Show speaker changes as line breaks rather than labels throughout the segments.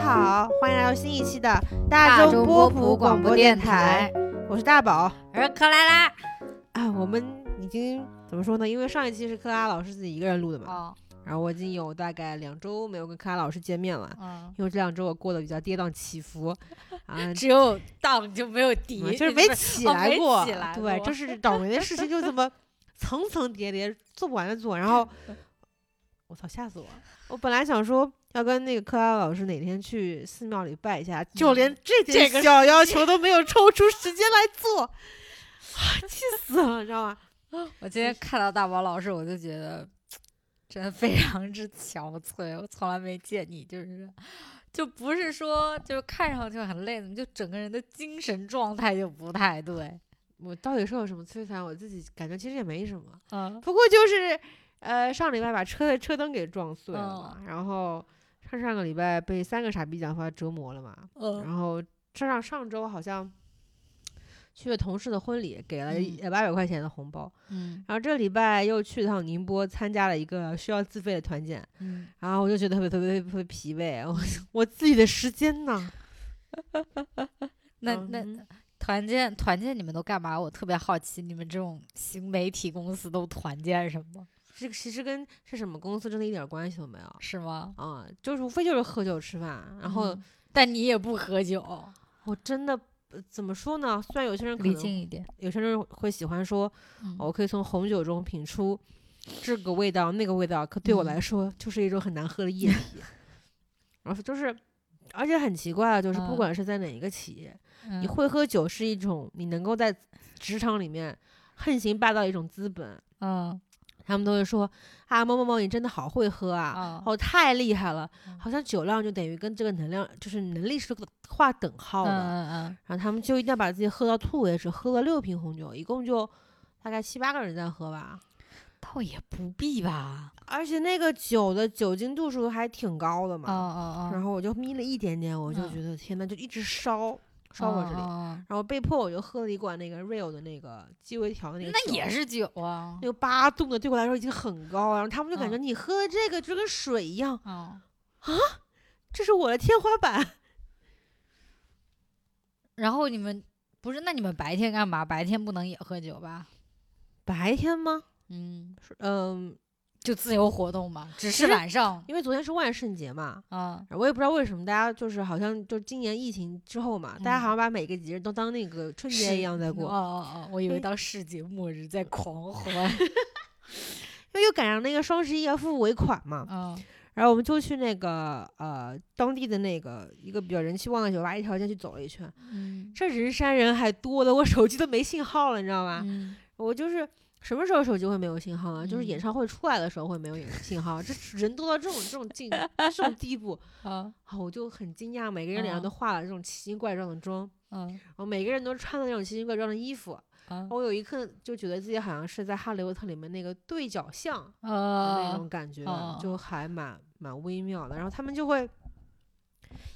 好，欢迎来到新一期的
大
洲
中
波
波
普
普
广
广播
电
电台，
我是大宝
我是克拉拉。
啊。我们已经怎么说呢？因为上一期是克拉老师自己一个人录的嘛，
哦，
然后我已经有大概两周没有跟克拉老师见面了，
嗯，
因为这两周我过得比较跌宕起伏啊，
只有荡就没有底，
嗯就是没起
哦
来
没
过，
起来
对，
过
就是倒霉的事情就这 么层层叠叠，做不完的做。然 后，我操，吓死我了！我本来想说要跟那个克拉老师哪天去寺庙里拜一下，就连嗯这
这
点
个
小要求都没有抽出时间来做，啊，气死了，你知道吗？
我今天看到大宝老师，我就觉得真的非常之憔悴。我从来没见你，就是就不是说就是看上去很累，怎么就整个人的精神状态就不太对？
我到底是有什么摧残我自己？感觉其实也没什么，
嗯，
不过就是呃，上礼拜把车的车灯给撞碎了嘛，然后上上个礼拜被三个傻逼讲话折磨了嘛，
嗯
然后这上上周好像去了同事的婚礼，给了呃
嗯
八百块钱的红包。
嗯
然后这个礼拜又去了趟宁波，参加了一个需要自费的团建，
嗯，
然后我就觉得特别特别特别疲惫。我我自己的时间呢？
那
嗯
那
哼
团建团建你们都干嘛？我特别好奇，你们这种新媒体公司都团建什么？
这个其实跟是什么公司真的一点关系都没有
是吗？
啊、就是无非就是喝酒吃饭。然后
嗯但你也不喝酒，
我真的呃怎么说呢？虽然有些人可
离
能
近一点。
有些人会喜欢说
嗯
我可以从红酒中品出这个味道、那个味道，可对我来
嗯
说就是一种很难喝的液 体。然后就是，而且很奇怪的啊就是，不
嗯
管是在哪一个企业，你
嗯
会喝酒是一种你能够在职场里面横行霸道的一种资本。
嗯
他们都会说啊，某某某，你真的好会喝啊！
啊
哦，太厉害了，
嗯
好像酒量就等于跟这个能量，就是能力是划等号
嗯
的。
嗯
然后他们就一定要把自己喝到吐为止，喝了六瓶红酒，一共就大概七八个人在喝吧。
嗯，倒也不必吧。
而且那个酒的酒精度数还挺高的
哦
嘛，
哦
然
哦，
后我就眯了一点点，我就
嗯哦
觉得天呐，就一直烧烧我这里，
里，
然后被迫我就喝了一罐那个 Real 的那个鸡尾条的那个酒，
哦那也是酒啊
那。个八度的，对我来说已经很高了。然后他们就感觉
嗯
你喝的这个就跟水一样，
嗯，
这是我的天花板。
然后你们不是？那你们白天干嘛？白天不能也喝酒吧？
白天吗？
嗯，
是嗯，
就自由活动嘛，只
其
是
实
晚上。
因为昨天是万圣节嘛，
啊，
我也不知道为什么大家就是好像就今年疫情之后嘛，大家
嗯
好像把每个节日都当那个春节
是
一样在过
哦，哦哦，我以
哎
为到世界末日在 狂欢。
因为又赶上那个双十一要付尾款嘛，
嗯
然后我们就去那个呃当地的那个一个比较人气旺的酒吧，一条街去走了一圈，
嗯
这人山人海多的，我手机都没信号了，你知道吗？
嗯
我就是什么时候手机会没有信号啊？就是演
嗯
唱会出来的时候会没有信号，这人多到这种这种境这种地步
啊
啊，我就很惊讶，每个人脸上都
嗯
画了这种奇形怪状的妆。
嗯
然后每个人都穿的那种奇形怪状的衣服，
啊
我有一刻就觉得自己好像是在《哈利波特》里面那个对角巷的那
啊
种感觉，
哦
就还蛮蛮微妙的。然后他们就会，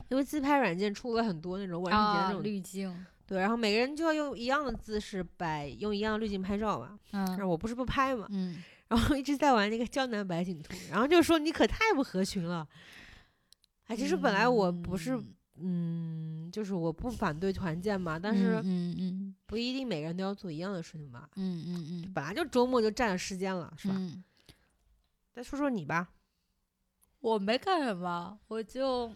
因为自拍软件出了很多那种万圣节的
啊！
那种、
滤镜，
对，然后每个人就要用一样的姿势摆，用一样的滤镜拍照嘛。然
嗯
后我不是不拍嘛，
嗯，
然后一直在玩那个江南百景图，然后就说你可太不合群了。哎，其实本来我不是，
嗯
嗯，就是我不反对团建嘛，但是
嗯嗯嗯
不一定每个人都要做一样的事情吧。
嗯嗯嗯，
本来就周末就占了时间了，是吧？
嗯，
再说说你吧，
我没干什么，我就，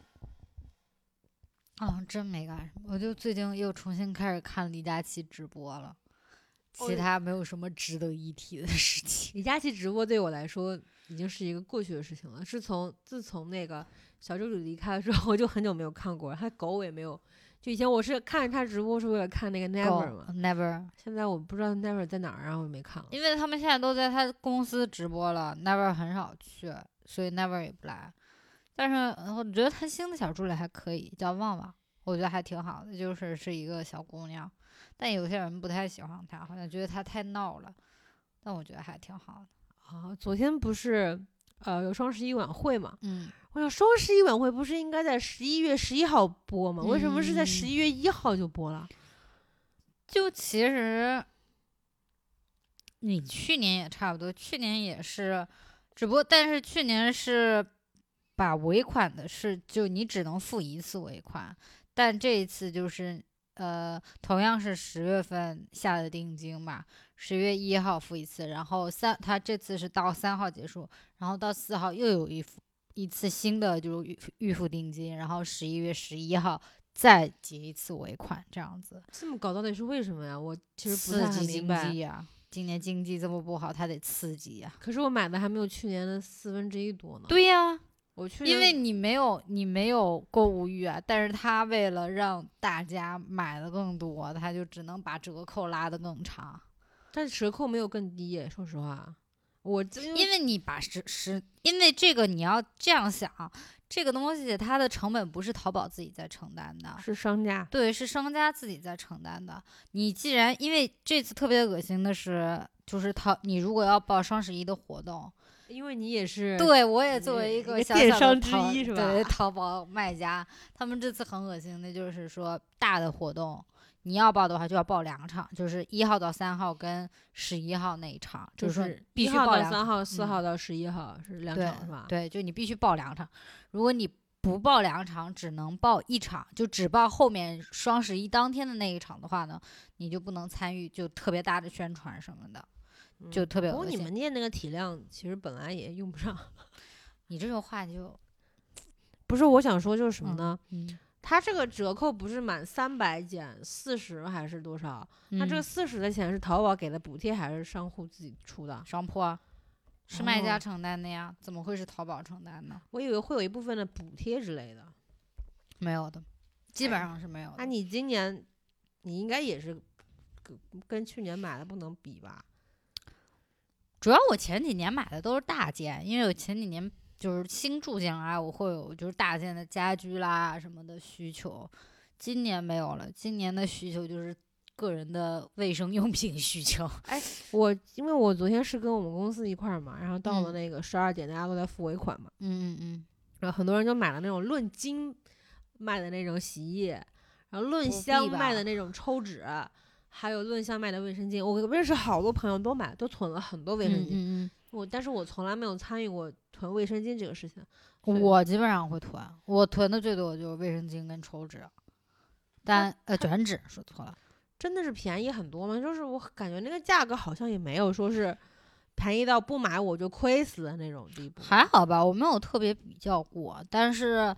啊，真没干什么，我就最近又重新开始看李佳琦直播了，
哦
其他没有什么值得一提的事情。
李佳琦直播对我来说已经是一个过去的事情了。是从自从那个小助理离开之后，我就很久没有看过了，他狗我也没有。就以前我是看他直播是为了看那个 Never 嘛，
Never，
现在我不知道 Never 在哪儿，然后我没看了。
因为他们现在都在他公司直播了，Never 很少去，所以 Never 也不来。但是呃我觉得他新的小助理还可以，叫旺旺，我觉得还挺好的，就是是一个小姑娘。但有些人不太喜欢她，好像觉得她太闹了，但我觉得还挺好的。
啊，昨天不是呃有双十一晚会嘛？
嗯，
我想双十一晚会不是应该在十一月十一号播吗？为什么是在
嗯
十一月一号就播了？
就其实你去年也差不多，去年也是，只不过但是去年是把尾款的事，就你只能付一次尾款，但这一次就是呃，同样是十月份下的定金嘛，十月一号付一次，然后三他这次是到三号结束，然后到四号又有一付一次新的就是预预付定金，然后十一月十一号再结一次尾款，这样子。
这么搞到底是为什么呀？我其实不
刺
太
激
明
经
白
济。呀、今年经济这么不好，他得刺激呀、
可是我买的还没有去年的四分之一多呢。，
对呀、
我去年
因为你没有你没有购物欲啊，但是他为了让大家买的更多，他就只能把折扣拉得更长。
但是折扣没有更低耶，说实话，我这
因为你把十十，因为这个你要这样想，这个东西它的成本不是淘宝自己在承担的，
是商家，
对，是商家自己在承担的。你既然因为这次特别恶心的是，就是淘，你如果要报双十一的活动，
因为你也是
对我也
嗯
作为
一
一
个
个小
电
小
商
的
之
淘
一是
对
吧
淘宝卖家，他们这次很恶心的就是说大的活动。你要报的话，就要报两场，就是一号到三号跟十一号那一场，
就
说
是
必
一
须
号
报
到
两
三
场
号、四
嗯
号到十一号是两
对
场是吧？
对，就你必须报两场，如果你不报两场，只能报一场，就只报后面双十一当天的那一场的话呢，你就不能参与就特别大的宣传什么的，
嗯
就特别
不过
恶
你
心。
们念那个体量，其实本来也用不 上。
你这种话就
不是，我想说就是什么
嗯
呢？
嗯，
它这个折扣不是满三百减四十还是多少？它这个
嗯
四十的钱是淘宝给的补贴还是商户自己出的？
商铺啊是卖
哦
家承担的呀，怎么会是淘宝承担呢？
我以为会有一部分的补贴之类的。
没有的，基本上是没有的。
那、你今年你应该也是跟跟去年买的不能比吧？
主要我前几年买的都是大件，因为我前几年就是新住进来，我会有就是大件的家居啦什么的需求。今年没有了，今年的需求就是个人的卫生用品需求。
我因为我昨天是跟我们公司一块儿嘛，然后到了
嗯
那个十二点，大家都在付尾款嘛，
嗯嗯 嗯，
然后很多人就买了那种论斤卖的那种洗衣液，然后论
不必
箱
吧
卖的那种抽纸，还有论箱卖的卫生巾。我认识好多朋友都买，都囤了很多卫生
嗯
巾。
嗯
我但是我从来没有参与过囤卫生巾这个事情。
嗯，
对
我基本上会囤，我囤的最多的就是卫生巾跟抽纸，但呃卷纸说错了。
真的是便宜很多吗？就是我感觉那个价格好像也没有说是便宜到不买我就亏死的那种地步。
还好吧，我没有特别比较过，但是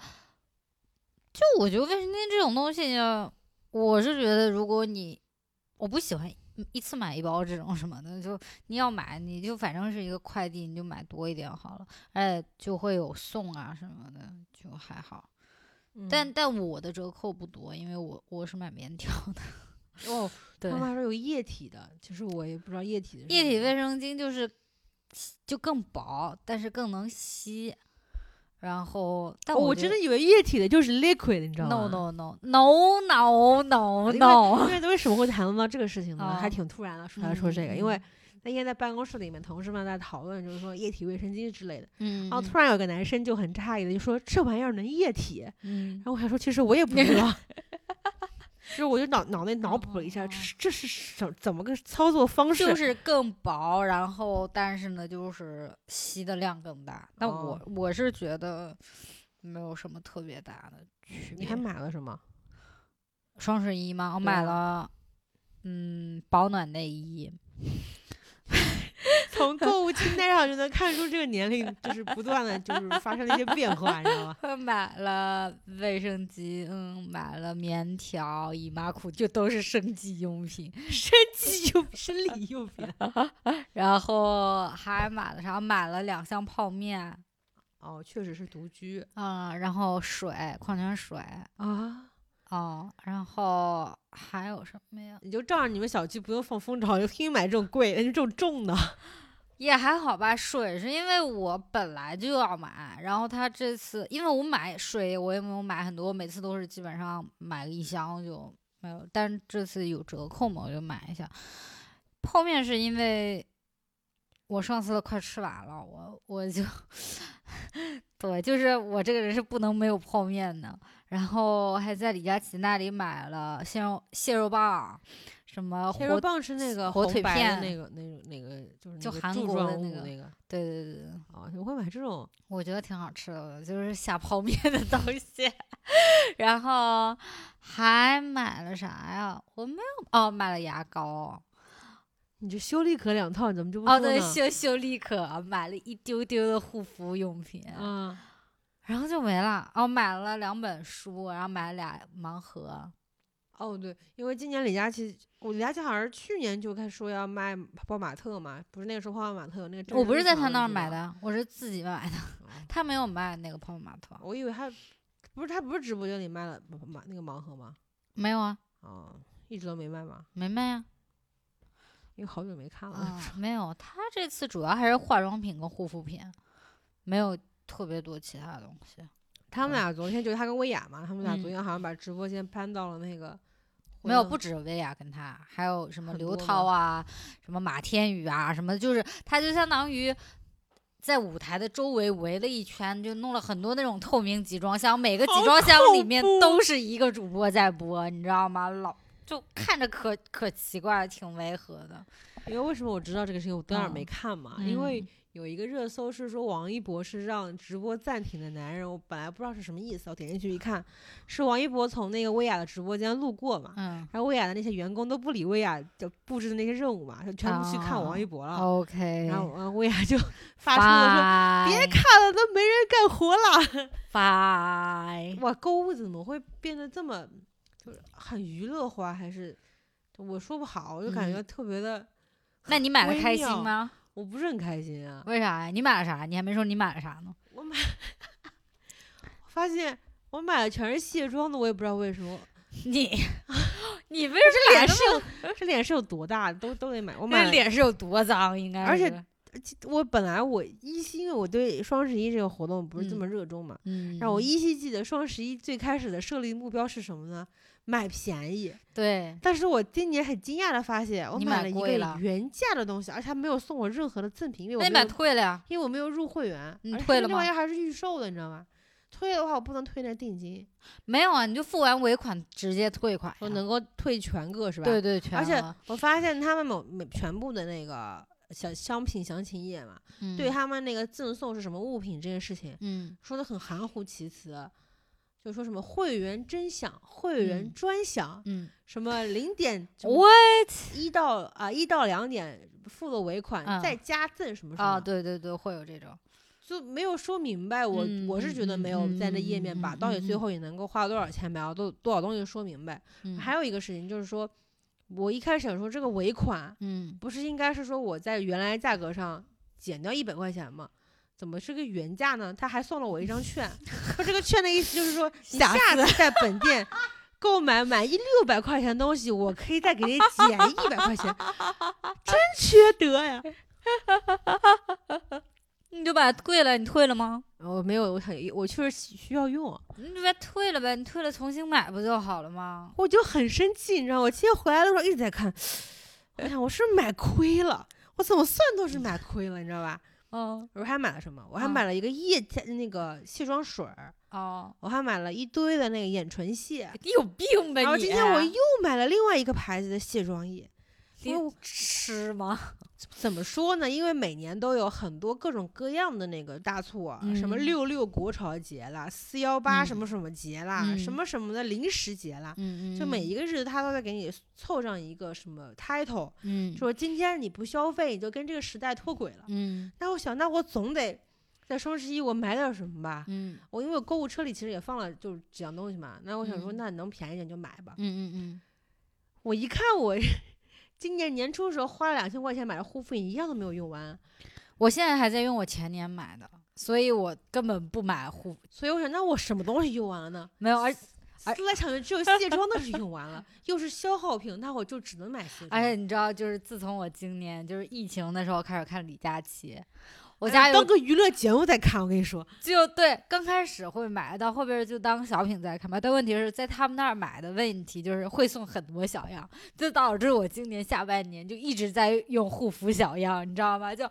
就我觉得卫生巾这种东西呢，我是觉得如果你我不喜欢一一次买一包这种什么的，就你要买你就反正是一个快递，你就买多一点好了，而且就会有送啊什么的，就还好。
嗯
但但我的折扣不多，因为我我是买棉条的，
哦，
对
他们还是有液体的，其实我也不知道液体的是
液体
什么
卫生巾就是就更薄，但是更能吸。然后，但
哦我
觉
真的以为液体的就是 liquid，你知道吗
No no no no no no
因
no！
因为为什么会谈论到这个事情呢？
哦
还挺突然的，说来说这个，
嗯
因为那天在办公室里面，同事们在讨论，就是说液体卫生巾之类的。
嗯，
然后哦突然有个男生就很诧异的就说：“这玩意儿能液体？”
嗯
然，后我想说，其实我也不知 道，就是我就脑脑内脑补了一下，
哦
这是这是什怎么个操作方式？
就是更薄，然后但是呢，就是吸的量更大。但我、
哦
我是觉得没有什么特别大的区别。
你还买了什么？
双十一吗？我
对
买
啊
了，嗯，保暖内衣。
从购物清单上就能看出这个年龄就是不断的就是发生了一些变化，你知道吗？
我买了卫生巾，嗯，买了棉条、姨妈裤，就都是生机用品。
生计用生理用品
然后还买了啥？买了两箱泡面，
哦，确实是独居
啊、然后水，矿泉水，
啊！
哦，然后还有什么呀？
你就仗着你们小区不用放蜂巢，就拼命买这种贵的，就这种重的。
也还好吧，水是因为我本来就要买，然后他这次因为我买水我也没有买很多，我每次都是基本上买一箱就没有，但是这次有折扣嘛，我就买一下。泡面是因为我上次的快吃完了，我我就 对，就是我这个人是不能没有泡面的。然后还在李佳琦那里买了蟹肉蟹肉棒，什么
蟹肉
火
棒是那个
火
红
腿
白的
片
那个那个那个就是那
就
个
韩
柱
国的
状
那
物
个
那个
对对对对，
啊、好，我会买这种。
我觉得挺好吃的，就是下泡面的东西。 然后还买了啥呀？我没有哦，买了牙膏。
你这修丽可两套，你怎么就不
哦，
说
对，
呢
修修丽可买了一丢丢的护肤用品，
嗯，
然后就没了。哦，买了两本书，然后买了俩盲盒。
哦对，因为今年李佳琦，我李佳琦好像是去年就开始说要卖泡泡玛特嘛，不是那个时候泡泡玛特有那个真
我
人
不是在
访问
他那儿
是
买
吧，
的，我啊是自己买的。
哦
他没有卖那个泡泡玛特，
我以为他不是他不是直播间里卖了买那个盲盒吗？
没有啊，
哦，一直都没卖嘛，
没卖啊。
因为好久没 看了。
啊，没有，他这次主要还是化妆品跟护肤品，没有特别多其他的东西。
他们
对
俩昨天就是他跟薇娅嘛，他们俩
嗯
昨天好像把直播间搬到了那个
没有，
回
不止薇娅跟他，还有什么
很
刘
多
涛
吗
啊，什么马天宇啊，什么就是他就相当于在舞台的周围围了一圈，就弄了很多那种透明集装箱，每个集
好
装箱里
恐
面
怖
都是一个主播在播，你知道吗？老就看着可可奇怪了，挺违和的。
因为为什么我知道这个事情，我当然没
嗯
看嘛，因为
嗯
有一个热搜是说王一博是让直播暂停的男人，我本来不知道是什么意思，我点进去一看，是王一博从那个薇娅的直播间路过嘛，
嗯
然后薇娅的那些员工都不理薇娅就布置的那些任务嘛，就全
哦
部去看王一博了，
，OK，
啊然后呃薇娅就发出了说。别
Fine
看了，都没人干活了。
Fine，
哇，购物怎么会变得这么，就是很娱乐化？还是我说不好，我就感觉特别的，
嗯那你买的
微
开心
妙
吗？
我不是很开心啊。
为啥呀？你买了啥？你还没说你买了啥呢？
我买，我发现我买的全是卸妆的，我也不知道为什么。
你你为什么
脸
脸
是
是有
有 这脸是有多大，都都得买。我买
那
了，
脸是有多脏？应该
而且
是
我本来我依稀，因为我对双十一这个活动不是这
嗯
么热衷嘛，
嗯，
让我依稀记得双十一最开始的设立目标是什么呢？买便宜。
对
但是我今年很惊讶的发现，我
你
买
买
了一
贵
个
了
原价的东西，而且他没有送我任何的赠品，因为我
那你
没
买
有
退了呀？
因为我没有入会员，
你
而且
退了
那玩意
吗
儿还是预售的，你知道吗？退的话我不能退那定金，
没有啊，你就付完尾款直接退款呀。
我能够退全个是吧？
对对，全
而且
额
我发现他们某每全部的那个小商品详情页嘛，对，他们那个赠送是什么物品这件事情
嗯
说的很含糊其辞，就说什么会员真享、会员
嗯
专享、
嗯
什么零点
嗯，
一到啊一到两点付了尾款、
嗯
再加赠什么什么，
啊，对对对，会有这种。
就没有说明白。我、
嗯
我是觉得没有在那页面
嗯嗯嗯
把
嗯
到底最
嗯
后你能够花多少钱买到多多少东西说明白。
嗯
还有一个事情就是说，我一开始想说这个尾款。
嗯
不是应该是说我在原来价格上减掉一百块钱吗？怎么是个原价呢？他还送了我一张券，说这个券的意思就是说，你
瑕
下次在本店购买满一六百块钱的东西，我可以再给你减一百块钱，真缺德呀！
你就把它退了，你退了吗？
我没有，我很我确实需要用，
你就把它退了呗，你退了重新买不就好了吗？
我就很生气，你知道吗？我今天回来的时候一直在看，我想我是不是买亏了？我怎么算都是买亏了，你知道吧？
嗯
我还买了什么？我还
嗯
买了一个液态那个卸妆水儿，
哦，
我还买了一堆的那个眼唇卸，
你有病吧你？啊
然后今天我又买了另外一个牌子的卸妆液。因为
你
我
吃吗？
怎么说呢？因为每年都有很多各种各样的那个大促啊，什么
嗯
六六国潮节啦，四幺八
嗯
什么什么节啦，
嗯
什么什么的零食节啦，
嗯
就每
嗯
一个日子它都在给你凑上一个什么 title，
嗯
说今天你不消费，你就跟这个时代脱轨了。
嗯
那我想，那我总得在双十一我买点什么吧。
嗯
我因为我购物车里其实也放了就是几样东西嘛，那我想说，
嗯
那能便宜点就买吧。
嗯嗯
我一看我 今年年初的时候花了两千块钱买的护肤品，一样都没有用完，
嗯，我现在还在用我前年买的，所以我根本不买护，
所以我想，那我什么东西用完了呢？
没有，而而
思来想去，只有卸妆的是用完了，又是消耗品，那我就只能买卸妆。
而且你知道，就是自从我今年就是疫情的时候开始看李佳琦，我
哎
家有
当个娱乐节目在看，我跟你说，
就对，刚开始会买到后边就当小品在看吧。但问题是在他们那儿买的问题就是会送很多小样，就导致我今年下半年就一直在用护肤小样，你知道吗？就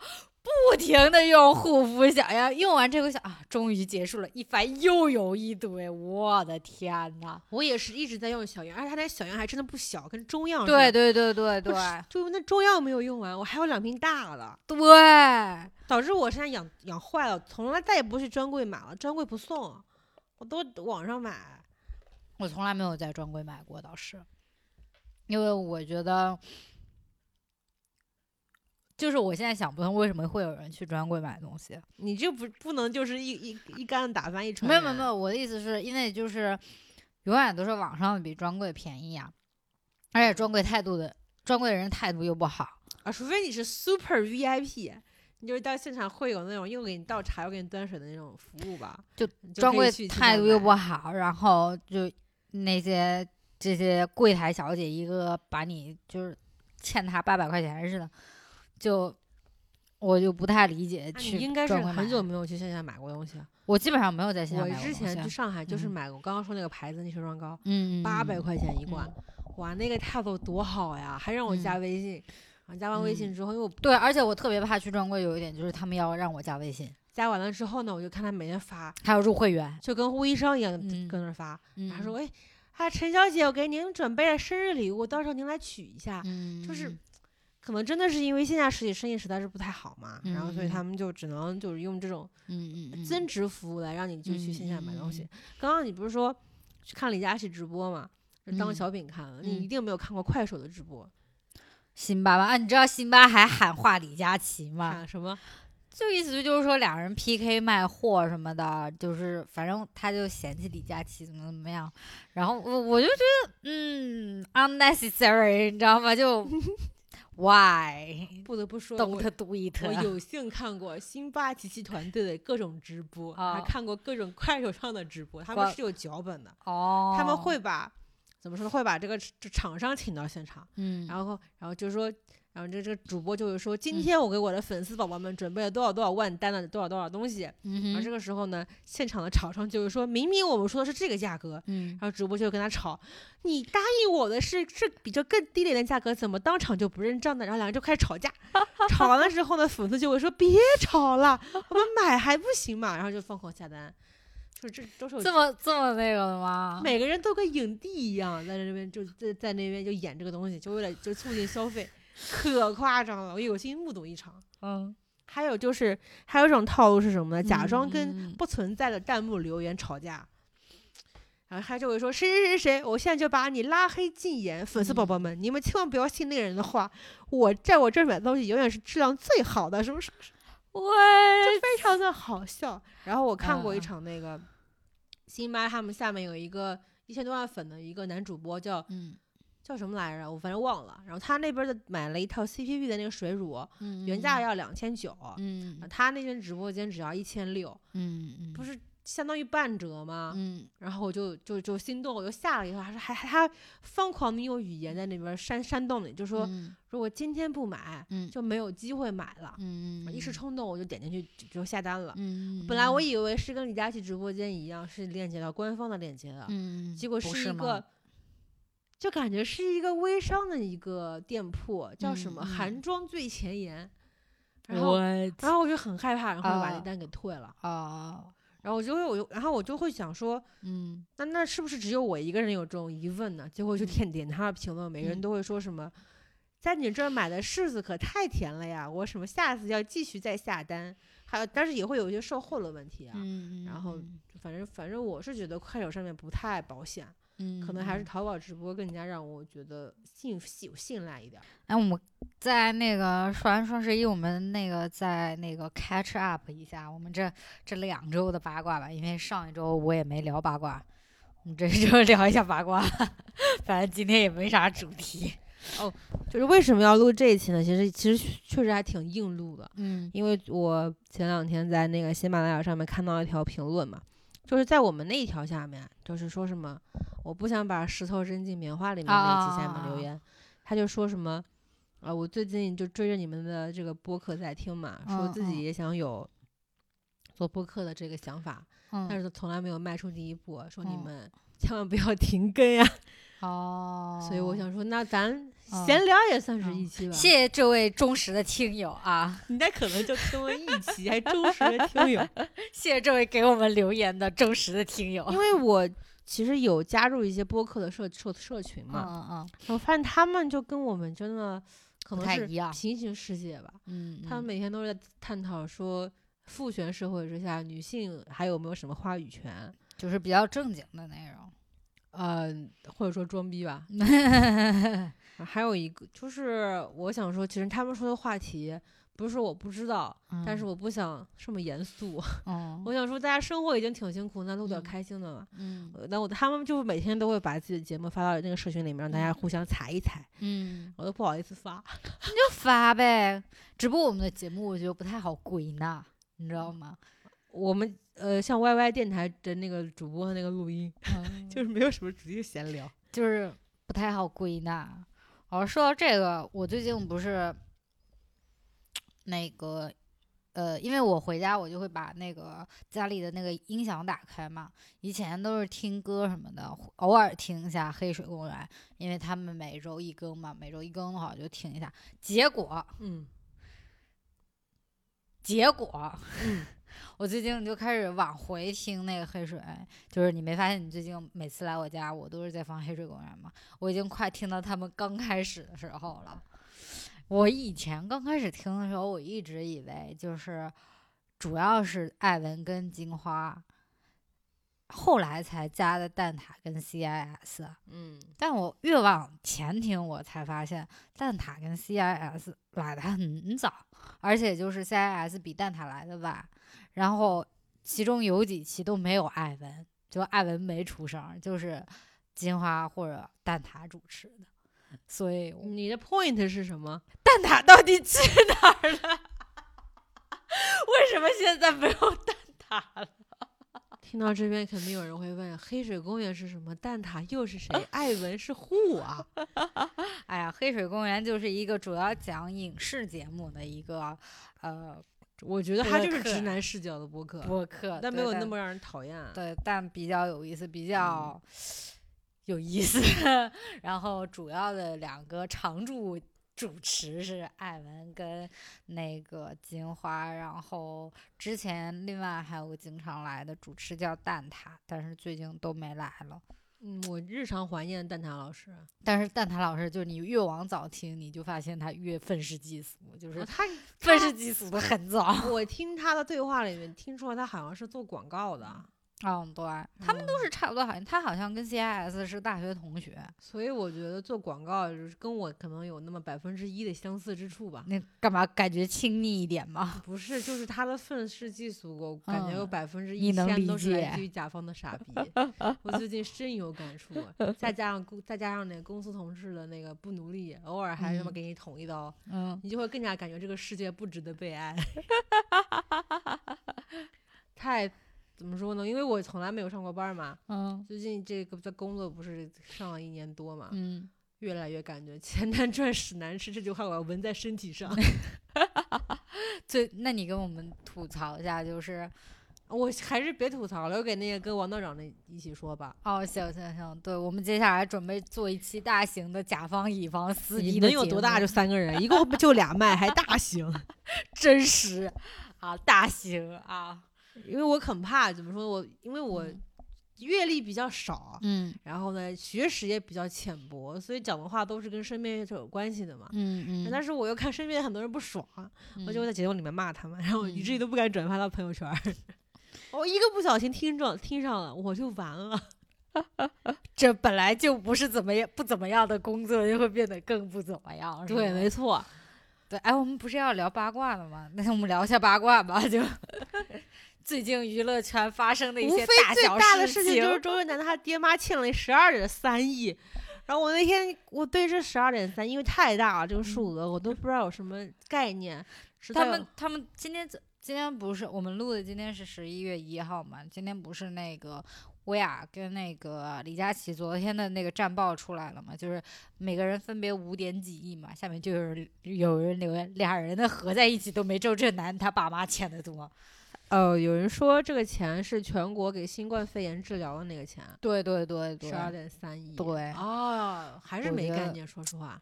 不停的用护肤小样，用完这回想啊，终于结束了，一翻又有一堆，我的天呐！
我也是一直在用小样，而且它那小样还真的不小，跟中药似的
对对对对对
就那中药没有用完，我还有两瓶大的，
对，
导致我现在养养坏了，从来再也不去专柜买了，专柜不送，我都网上买。
我从来没有在专柜买过，倒是，因为我觉得，就是我现在想不通为什么会有人去专柜买东西。
你这不不能就是一一一竿子打翻一船
没有
人？
没有没有，我的意思是因为就是永远都是网上比专柜便宜啊，而且专柜态度的专柜的人态度又不好。
啊，除非你是 super VIP，你就是到现场会有那种又给你倒茶又给你端水的那种服务吧。
就
你
专
可以
柜
去
态度又不
好，
好，然后就那些这些柜台小姐一个把你就是欠她八百块钱似的，就我就不太理解
那
去
你应该是
专柜
很
买
久，没有去线下买过东西了。
我基本上没有在线下
我
买过
之前
东
去
西
上海就是
嗯
买过刚刚说那个牌子那卸妆膏，
嗯嗯
八
嗯
百块钱一罐，
嗯
哇，那个态度多好呀，还让我加微信。啊，加完
嗯
微信之后，因为我
对，而且我特别怕去专柜，有一点就是他们要让我加微信，
加完了之后呢，我就看他每天发，
还有入会员。
就跟微商一样
嗯
跟那儿发。他
嗯
说：“哎，啊，陈小姐，我给您准备了生日礼物，到时候您来取一下。
嗯，
哎就是可能真的是因为线下实体生意实在是不太好嘛，然后所以
嗯
他们就只能就是用这种
嗯嗯嗯
增值服务来让你就去线下买东西。
嗯
刚刚你不是说去看李佳琦直播嘛，就当
嗯
小饼看了，你
嗯啊
一定没有看过快手的直播，
辛巴吧？啊，你知道辛巴还喊话李佳琦吗？
看什么？
就意思就是说俩人 PK 卖货什么的，就是反正他就嫌弃李佳琦怎么怎么样，然后我我就觉得嗯 unnecessary，你知道吗？就 why
不得不说，我
don't do it？
我有幸看过辛巴及其团队的各种直播，
哦
还看过各种快手上的直播，他
哇
们是有脚本的，
哦，
他们会把怎么说呢？会把这个这厂商请到现场，
嗯，
然后然后就是说，然后这这个主播就会说，今天我给我的粉丝宝宝们准备了多少多少万单的多少多少东西。
嗯
而这
哼
个时候呢，现场的厂商就会说，明明我们说的是这个价格。
嗯
然后主播就跟他吵，你答应我的是是比这更低廉的价格，怎么当场就不认账呢？然后两人就开始吵架，吵完了之后呢，粉丝就会说别吵了，我们买还不行嘛，然后就疯狂下单，就是这都是有
这么这么那个的吗？
每个人都跟影帝一样，在那边就在在那边就演这个东西，就为了就促进消费，可夸张了，我有幸目睹一场。
嗯，
还有就是，还有一种套路是什么呢？假装
嗯
跟
嗯嗯
不存在的弹幕留言吵架，然后他就会说谁谁谁谁，我现在就把你拉黑禁言。粉丝宝宝们，你们千万不要信那个人的话，我在我这儿买的东西永远是质量最好的，什么什么，
喂，
就非常的好笑。然后我看过
嗯
一
嗯
场那个辛巴他们下面有一个一千多万粉的一个男主播叫
嗯
叫什么来着，我反正忘了。然后他那边的买了一套 CPB 的那个水乳，
嗯，
原价要两千九。
嗯
啊他那边直播间只要一千六，
嗯嗯，
不
是
是相当于半折吗？
嗯
然后我就就就心动，我就下了一个，还还还疯狂的用语言在那边煽煽动你，就说
嗯
如果今天不买
嗯
就没有机会买了。
嗯
一时冲动我就点进去就就下单了。
嗯，
本来我以为是跟李佳琦直播间一样是链接到官方的链接的，
嗯，
结果
不
是
是
一
吗
个。就感觉是一个微商的一个店铺，叫什
嗯
么“
嗯
韩妆最前沿”，然后
我
然后我就很害怕，然后就把
啊
那单给退了。
啊
然后我就会，我就，然后我就会想说，
嗯。
那那是不是只有我一个人有这种疑问呢？结果就
嗯
点点他的评论，每个人
嗯
都会说什么，在你这儿买的柿子可太甜了呀，我什么下次要继续再下单。还有，但是也会有一些售后的问题啊。
嗯，
然后
嗯
反正反正我是觉得快手上面不太保险，
嗯，
可能还是
嗯
淘宝直播更加让我觉得信信信赖一点儿。
哎，我们在那个说完双十一，我们那个再那个 catch up 一下我们这这两周的八卦吧，因为上一周我也没聊八卦，我们这周聊一下八卦， 反正今天也没啥主题。
就是为什么要录这一期呢？其实其实确实还挺硬录的，
嗯
因为我前两天在那个喜马拉雅上面看到一条评论嘛，就是在我们那一条下面，就是说什么我不想把石头扔进棉花里面
啊
那一期下面留言，他就说什么啊、
嗯
我最近就追着你们的这个播客在听嘛，说自己也想有做播客的这个想法，但
嗯，
是从来没有迈出第一步，啊说你
嗯
们 千万不要停更呀。
哦，
所以我想说，那咱
哦
闲聊也算是
嗯
一期吧。
谢谢这位忠实的听友啊，
你那可能就跟我一起， 还忠实的听友，
谢谢这位给我们留言的忠实的听友。
因为我其实有加入一些播客的社社社群
嗯
嘛，
嗯嗯
我发现他们就跟我们真的可
不
能
太
是
一样
平行世界吧，
嗯，
他们每天都是在探讨说。父权社会之下，女性还有没有什么话语权？
嗯就是比较正经的内容。
嗯、或者说装逼 吧。还有一个就是，我想说，其实他们说的话题不是说我不知道，但是
嗯
我不想这么严肃。
嗯
我想说，大家生活已经挺辛苦，那录点
嗯
开心的嘛。
嗯
呃那我他们就是每天都会把自己的节目发到那个社群里面，让大家
嗯
互相踩一踩，
嗯，
我都不好意思发。
就发呗。只不过我们的节目我觉得不太好归纳，你知道吗？
我们呃，像 YY 电台的那个主播那个录音，
嗯
就是没有什么直接闲聊。
就是不太好归纳。哦，说到这个，我最近不是那个呃，因为我回家我就会把那个家里的那个音响打开嘛，以前都是听歌什么的，偶尔听一下《黑水公园》，因为他们每周一更嘛，每周一更的话我就听一下。结果，
嗯
结果，
嗯，
我最近就开始往回听那个黑水，就是你没发现你最近每次来我家，我都是在放黑水公园吗？我已经快听到他们刚开始的时候了。我以前刚开始听的时候，我一直以为就是主要是艾文跟金花，后来才加的蛋挞跟 CIS。
嗯，
但我越往前听，我才发现蛋挞跟 CIS 来的很早，而且就是 CIS 比蛋挞来的晚。然后其中有几期都没有艾文，就艾文没出声，就是金花或者蛋挞主持的。所以我
你的 point 是什么？
蛋挞到底去哪儿了？ 为什么现在没有蛋挞了？
听到这边肯定有人会问：黑水公园是什么？蛋挞又是 谁？艾文是 who 啊？
哎呀，黑水公园就是一个主要讲影视节目的一个呃
我觉得他
播
就是
客
直男视角的播客，
播客，
但没
对
有那么让人讨厌啊。
对，但比较有意思，比较有意思。 然后主要的两个常驻主持是艾文跟那个金花，然后之前另外还有个经常来的主持叫蛋挞，但是最近都没来了。
嗯，我日常怀念蛋挞老师，
但是蛋挞老师，就是你越往早听，你就发现他越愤世嫉俗，就是
哦他
愤世嫉俗的很早。
我听他的对话里面听出来，他好像是做广告的，啊
嗯，对，他们都是差不多，好像他好像跟 CIS 是大学同学。
所以我觉得做广告就是跟我可能有那么百分之一的相似之处吧。
那干嘛感觉亲密一点嘛？
不是，就是他的愤世嫉俗，我感觉有
嗯
百分之
你
一
能
千
理
都是来
解
自于甲方的傻逼。我最近深有感触，再加上公再加上那个公司同事的那个不努力，偶尔还他妈
嗯
给你捅一刀，
嗯，
你就会更加感觉这个世界不值得被 爱。太怎么说呢？因为我从来没有上过班儿嘛，
嗯
最近这个在工作不是上了一年多嘛，
嗯，
越来越感觉 钱难赚屎难吃这句话我要纹在身体 上。
最那你跟我们吐槽一下，就是
我还是别吐槽了，我给那个跟王道长那一起说 吧。
哦，行行行，对我们接下来准备做一期大型的甲方乙方撕逼
你
的
能有
节
多大？
目
就三个人，一共就俩麦，还大 型。
真实啊，大型啊，
因为我很怕，怎么说我，因为我
嗯
阅历比较少，
嗯
然后呢学识也比较浅薄，所以讲的话都是跟身边是有关系的嘛。
嗯
但是我又看身边很多人不爽，我就会在节目里面骂他们，然后以至于
嗯
都不敢转发到朋友圈 儿。我一个不小心听着听上了，我就完了。
这本来就不是怎么样不怎么样的工作，就会变得更不怎么样，是
对，
吗
没错。
对，哎，我们不是要聊八卦的吗？ 那我们聊一下八卦吧，就 最近娱乐圈发生的一
无
些
非最
小
大的
事
事情
情
就是周渝男他爹妈欠了十二点三亿，然后我那天我对这十二点三，因为太大了这个数额，我都不知道有什么概念。实
他
在
们他们今天怎今天不是我们录的，今天是十一月一号嘛？今天不是那个薇娅跟那个李佳琦昨天的那个战报出来了嘛？就是每个人分别五点几亿嘛，下面就有人有人留言，俩人的合在一起都没周震南他爸妈欠的多。
呃，有人说这个钱是全国给新冠肺炎治疗的那个钱，
对对对对
十，二点三亿。
对
哦，还是
我
没
觉
概
得
念，说实话。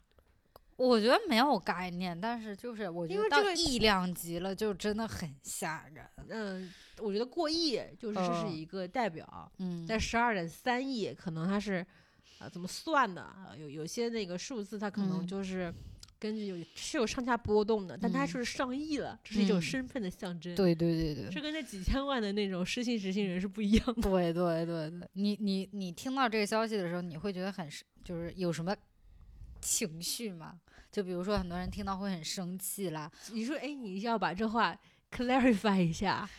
我觉得没有概念，但是就是我觉
因为
得
这
到
个
亿量级了，就真的很吓人。
嗯，我觉得过亿就是这是
嗯
一个代表，
嗯，
但十二点三亿可能它是呃怎么算的？呃有有些那个数字它可能
嗯
就是根据有是有上下波动的，但它
嗯
是上亿了，这是一种
嗯
身份的象征。
对对对对，
这跟那几千万的那种失信执行人是不一样的。
对对对对，你你你听到这个消息的时候，你会觉得很是就是有什么情绪吗？就比如说很多人听到会很生气啦，
你说，哎，你要把这话 clarify 一下，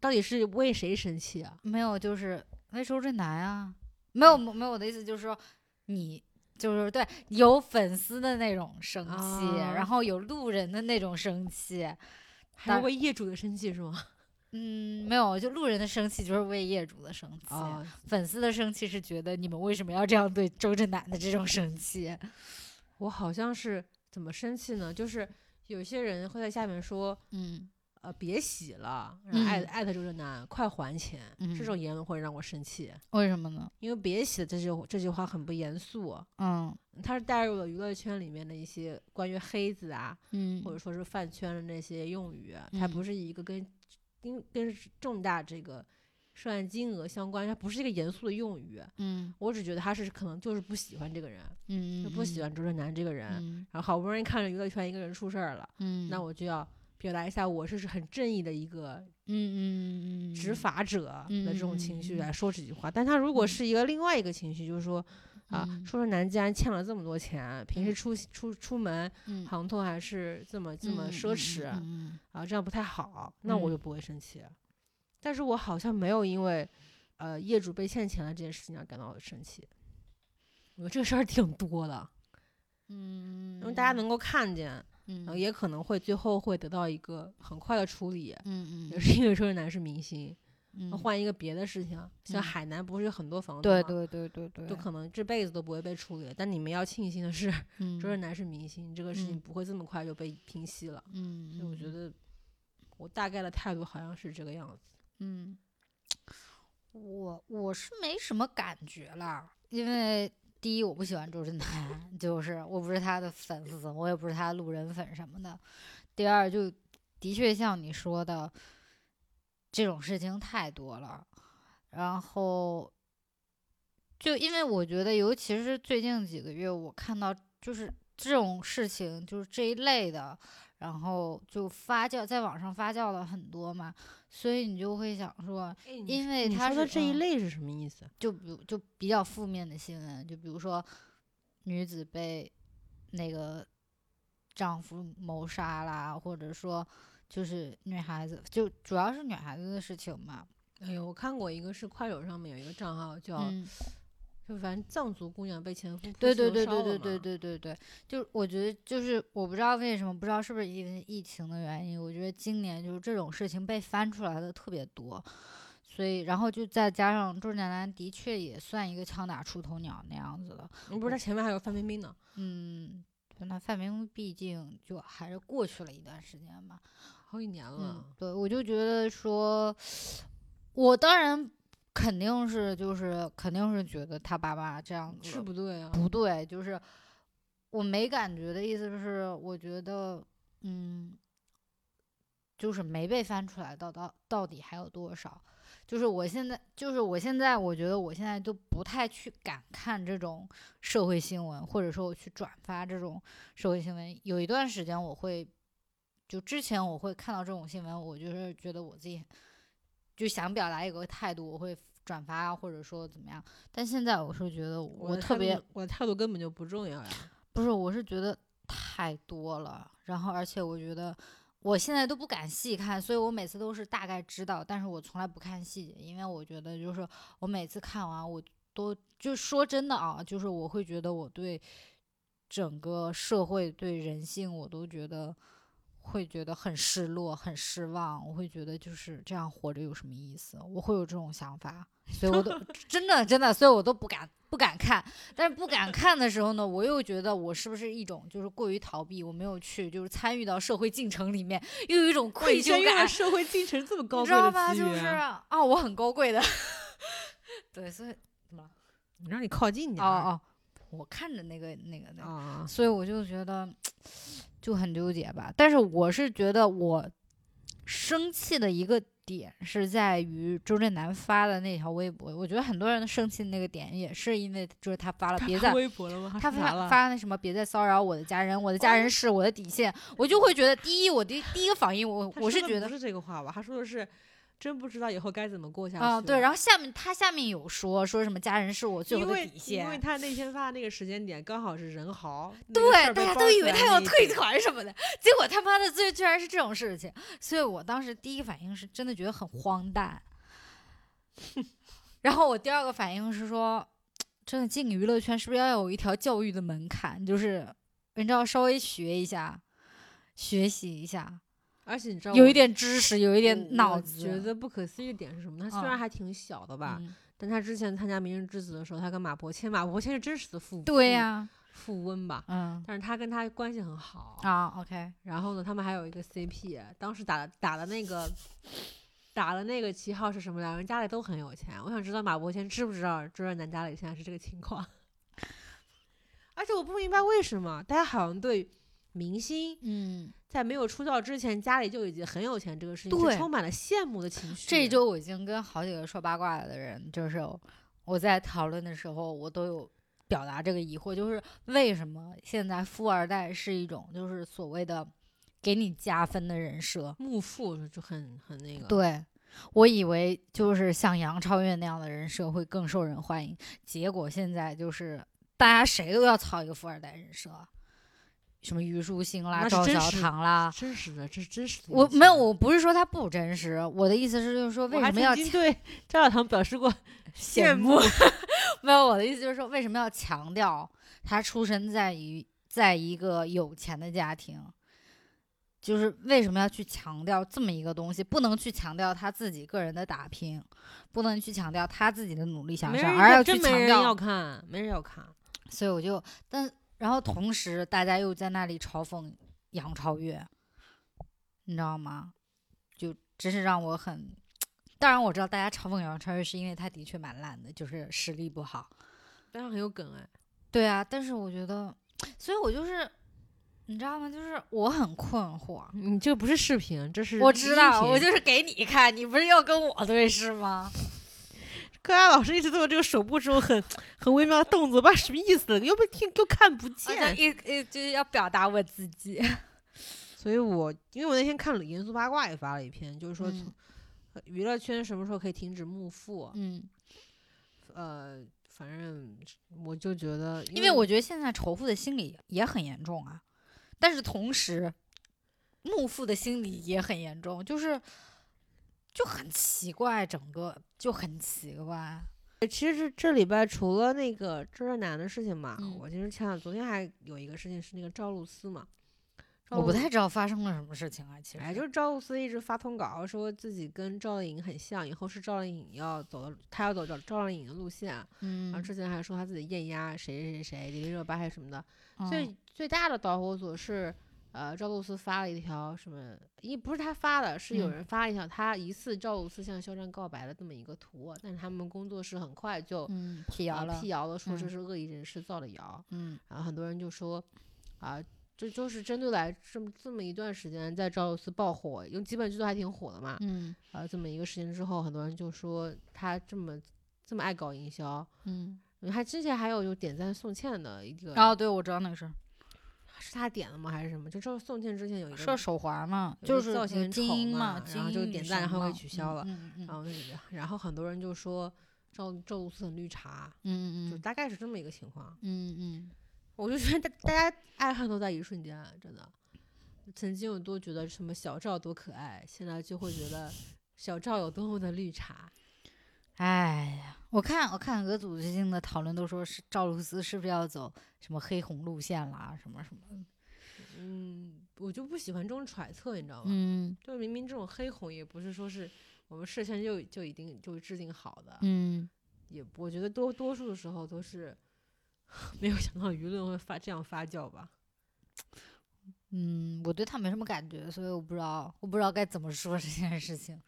到底是为谁生气啊？
没有就是为收这难啊，没有没有我的意思就是说你。就是对有粉丝的那种生气，
啊
然后有路人的那种生气，
还是
但
为业主的生气是吗？
嗯，没有，就路人的生气就是为业主的生气，
啊，
粉丝的生气是觉得你们为什么要这样对周震南的这种生气。
我好像是怎么生气呢？就是有些人会在下面说，
嗯
呃，别洗了，然后艾
嗯
艾特周震南，快还钱。
嗯
这种言论会让我生气，
为什么呢？
因为“别洗”这句这句话很不严肃，
嗯
它是带入了娱乐圈里面的一些关于黑子啊，
嗯
或者说是饭圈的那些用语，它不
嗯
是一个跟跟跟重大这个涉案金额相关，它不是一个严肃的用语。
嗯
我只觉得他是可能就是不喜欢这个人，
嗯，
就不喜欢周震南这个人。
嗯
然后好不容易看着娱乐圈一个人出事儿了，
嗯，
那我就要表达一下我是很正义的一个
嗯嗯嗯
执法者的这种情绪
嗯嗯嗯嗯
来说这句话。但他如果
嗯
是一个另外一个情绪，就是说啊，
嗯
说说南既然欠了这么多钱，平时
嗯
出出出门
嗯
行头还是这么这么奢侈
嗯
啊，这样不太好，那我
嗯
就不会生气。但是我好像没有因为呃业主被欠钱的这件事情而感到生气。我觉得这个事儿挺多的，
嗯，
因为大家能够看见，然后
嗯
也可能会最后会得到一个很快的处理，
嗯
也是因为周震南是明星，
嗯
换一个别的事情，啊像
嗯
海南不是有很多房子
对
吗
对对对对，
就可能这辈子都不会被处理了。但你们要庆幸的是，
嗯
周震南是明星，这个事情
嗯
不会这么快就被平息了。
嗯，
所以我觉得，我大概的态度好像是这个样子。
嗯，我我是没什么感觉啦，因为第一我不喜欢周震南，就是我不是他的粉丝，我也不是他的路人粉什么的。第二，就的确像你说的，这种事情太多了。然后，就因为我觉得，尤其是最近几个月，我看到就是这种事情，就是这一类的，然后就发酵在网上发酵了很多嘛，所以你就会想说，因为
哎嗯你
他
说的
是
这一
嗯
类是什么意思？啊
就比如就比较负面的新闻，就比如说女子被那个丈夫谋杀啦，或者说就是女孩子，就主要是女孩子的事情嘛。
哎呦，我看过一个是快手上面有一个账号叫，
嗯，
就反正藏族姑娘被前夫
对
夫
对
囚
对
烧
对
了嘛
对对对对对，就我觉得就是我不知道为什么，不知道是不是因为疫情的原因，我觉得今年就是这种事情被翻出来的特别多。所以，然后就再加上周震南的确也算一个枪打出头鸟那样子的，
嗯不是他前面还有范冰冰呢。
嗯，就那范冰冰毕竟就还是过去了一段时间嘛。
好几年
嗯
了，，
对，我就觉得说，我当然肯定是就是肯定是觉得他爸妈这样子
是不对啊。
不对，就是我没感觉的意思是，我觉得嗯，就是没被翻出来到到到底还有多少。就是我现在，就是我现在，我觉得我现在都不太去敢看这种社会新闻，或者说我去转发这种社会新闻。有一段时间我会，就之前我会看到这种新闻，我就是觉得我自己就想表达一个态度，我会转发或者说怎么样。但现在我是觉得
我
我
的
特
态
别
度我的态度根本就不重要呀。
不是，我是觉得太多了，然后而且我觉得我现在都不敢细看，所以我每次都是大概知道，但是我从来不看细节，因为我觉得就是我每次看完我都就说真的啊，就是我会觉得我对整个社会对人性我都觉得会觉得很失落、很失望，我会觉得就是这样活着有什么意思？我会有这种想法，所以我都真的真的，所以我都不敢不敢看。但是不敢看的时候呢，我又觉得我是不是一种就是过于逃避，我没有去就是参与到社会进程里面，又有一种愧疚感，
社会进程这么高贵
你知
的
道吧？
资
就
源
是啊，我很高贵的， 对，所以
你让你靠近点
哦
儿
哦，我看着那个那个那个，
啊，
所以我就觉得就很纠结吧。但是我是觉得我生气的一个点是在于周震南发的那条微博，我觉得很多人生气的那个点也是因为就是他发了别
他
在
发。 微博了吗？
他
是啥
发
了？
发那什么，别再骚扰我的家人，我的家人是我的底线，我就会觉得，第一，我的第一个反应，我
他说
我是
的
觉得
不是这个话吧？他说的是真不知道以后该怎么过下去
啊、
了。
对，然后下面他下面有说说什么家人是我最后
因
的
为
底线，
因为他那天发的那个时间点刚好是任豪，那个事
对，
儿
大
被
家
爆
都以
出
为
来
他
那
要
一
退
天
团什么的，结果他妈的最居然是这种事情，所以我当时第一反应是真的觉得很荒诞，然后我第二个反应是说，真的进娱乐圈是不是要有一条教育的门槛，就是你知道稍微学一下，学习一下，
而且你知道
有
我
一点知识，有一
我
点脑
我
子，
觉得不可思议的点是什么？他虽
啊
然还挺小的吧，
嗯
但他之前参加《明日之子》的时候，他跟马伯骞，马伯骞是真实的富
对
富
呀、
富翁吧？
嗯
但是他跟他关系很好，
啊，OK，
然后呢，他们还有一个 CP，当时打打的那个打的那个旗号是什么？两人家里都很有钱。我想知道马伯骞知不知道周震南家里现在是这个情况？而且我不明白为什么大家好像对明星
嗯，
在没有出道之前家里就已经很有钱这个事情
对
是充满了羡慕的情绪。
这周我已经跟好几个说八卦的人，就是我在讨论的时候，我都有表达这个疑惑，就是为什么现在富二代是一种就是所谓的给你加分的人设？
幕父就很很那个，
对，我以为就是像杨超越那样的人设会更受人欢迎，结果现在就是大家谁都要操一个富二代人设，什么虞书欣啦、
那是
赵
真
小
实
棠啦。
真实的，这是真实的一
我
个情况。
没有，我不是说他不真实，我的意思是，就是说为
我还
什么要
曾经对赵小棠表示过
羡
羡
慕。没有，我的意思就是说，为什么要强调他出身在于在一个有钱的家庭？就是为什么要去强调这么一个东西？不能去强调他自己个人的打拼，不能去强调他自己的努力向
没
上，
人
而
要
要去
真没
强
人
调
要看，没人要看。
所以我就，但然后同时大家又在那里嘲讽杨超越，你知道吗？就真是让我很，当然我知道大家嘲讽杨超越是因为她的确蛮烂的，就是实力不好。
但是很有梗哎，
对啊，但是我觉得，所以我就是，你知道吗？就是我很困惑。
你嗯这不是视频，这是
我知道，
音频
我就是给你看，你不是要跟我对视吗？
柯佳老师一直做这个手部这种很很微妙的动作，不知道什么意思，又不听又看不
我想
见。
一一就是要表达我自己。
所以我因为我那天看了严肃八卦也发了一篇，就是说
嗯
从、呃娱乐圈什么时候可以停止幕父，
嗯，
呃，反正我就觉得，
因
因
为我觉得现在仇富的心理也很严重啊，但是同时，慕富的心理也很严重，就是就很奇怪，整个就很奇怪。
其实这这礼拜除了那个周震南的事情嘛，
嗯
我其实前两昨天还有一个事情是那个赵露思嘛，赵
我不
露
太知道发生了什么事情啊，其实。
哎，哦就是赵露思一直发通稿说自己跟赵丽颖很像，以后是赵丽颖要走的，她要走赵赵丽颖的路线。啊
嗯
然后，之前还说她自己艳压谁谁谁谁，里面热巴还什么的。
嗯
最最大的导火索是，呃，赵露思发了一条什么，一不是她发的，是有
嗯
人发了一条她疑似赵露思向肖战告白的这么一个图，啊但是他们工作室很快就
嗯辟
呃
谣了
辟，谣了，说这
嗯
是恶意人士造的谣。
嗯
然后很多人就说，啊，这就是针对来这么这么一段时间在赵露思爆火，因为基本剧都还挺火的嘛，
嗯
啊，这么一个时间之后，很多人就说她这么这么爱搞营销，
嗯。
还之前还有就点赞宋茜的一个，
哦，对，我知道那个事儿，
是她点的吗？还是什么？就赵宋茜之前有一
说
个。
手环嘛，
有
就
个
是
造型丑
嗯精英
嘛
精
然后
英
就
女
点赞然
神
后给
嘛
取消了
嗯嗯嗯
然后，然后很多人就说赵赵露思很绿茶，
嗯
就
嗯
大概是这么一个情况。
嗯嗯
我就觉得大大家爱恨都在一瞬间，啊真的。曾经有多觉得什么小赵多可爱，现在就会觉得小赵有多么的绿茶。
哎呀，我看我看俄组最近的讨论都说是赵露思是不是要走什么黑红路线啦，什么什么的，
嗯，我就不喜欢这种揣测，你知道吗？
嗯
就是明明这种黑红也不是说是我们事先就就一定就制定好的，
嗯，
也我觉得多多数的时候都是 没有想到舆论会发这样发酵吧。
嗯，我对他没什么感觉，所以我不知道，我不知道该怎么说这件事情。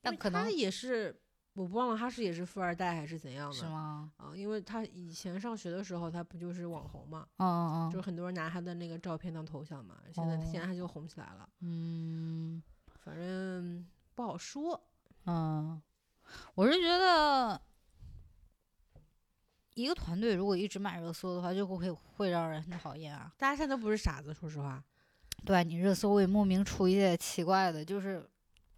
但
因为
可
他
能
也是，我忘了他是也是富二代还是怎样
是
的
吗？
啊？因为他以前上学的时候，他不就是网红嘛，
嗯嗯
就是
嗯
很多人拿他的那个照片当头像嘛。现在他现在他就红起来了，
嗯
反正不好说。
嗯，我是觉得一个团队如果一直买热搜的话，就会会让人很讨厌啊。
大家现在都不是傻子，说实话。
对啊你热搜会莫名出一些奇怪的，就是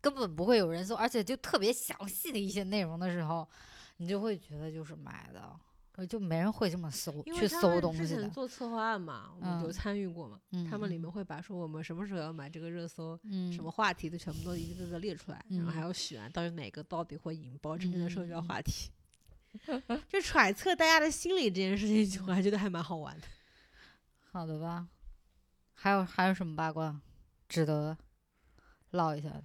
根本不会有人搜，而且就特别详细的一些内容的时候，你就会觉得就是买的，呃就没人会这么搜
因
去
为他
搜
们
东
之
西的
前。做策划案嘛，我们有
嗯
参与过嘛。
嗯，
他们里面
嗯
会把说我们什么时候要买这个热搜，
嗯
什么话题的全部都一个个的列出来，然后还
嗯
要选到底哪个到底会引爆真正的社交
嗯
话题。 就揣测大家的心理这件事情，我还觉得还蛮好玩的。
好的吧？还有还有什么八卦值得唠一下的？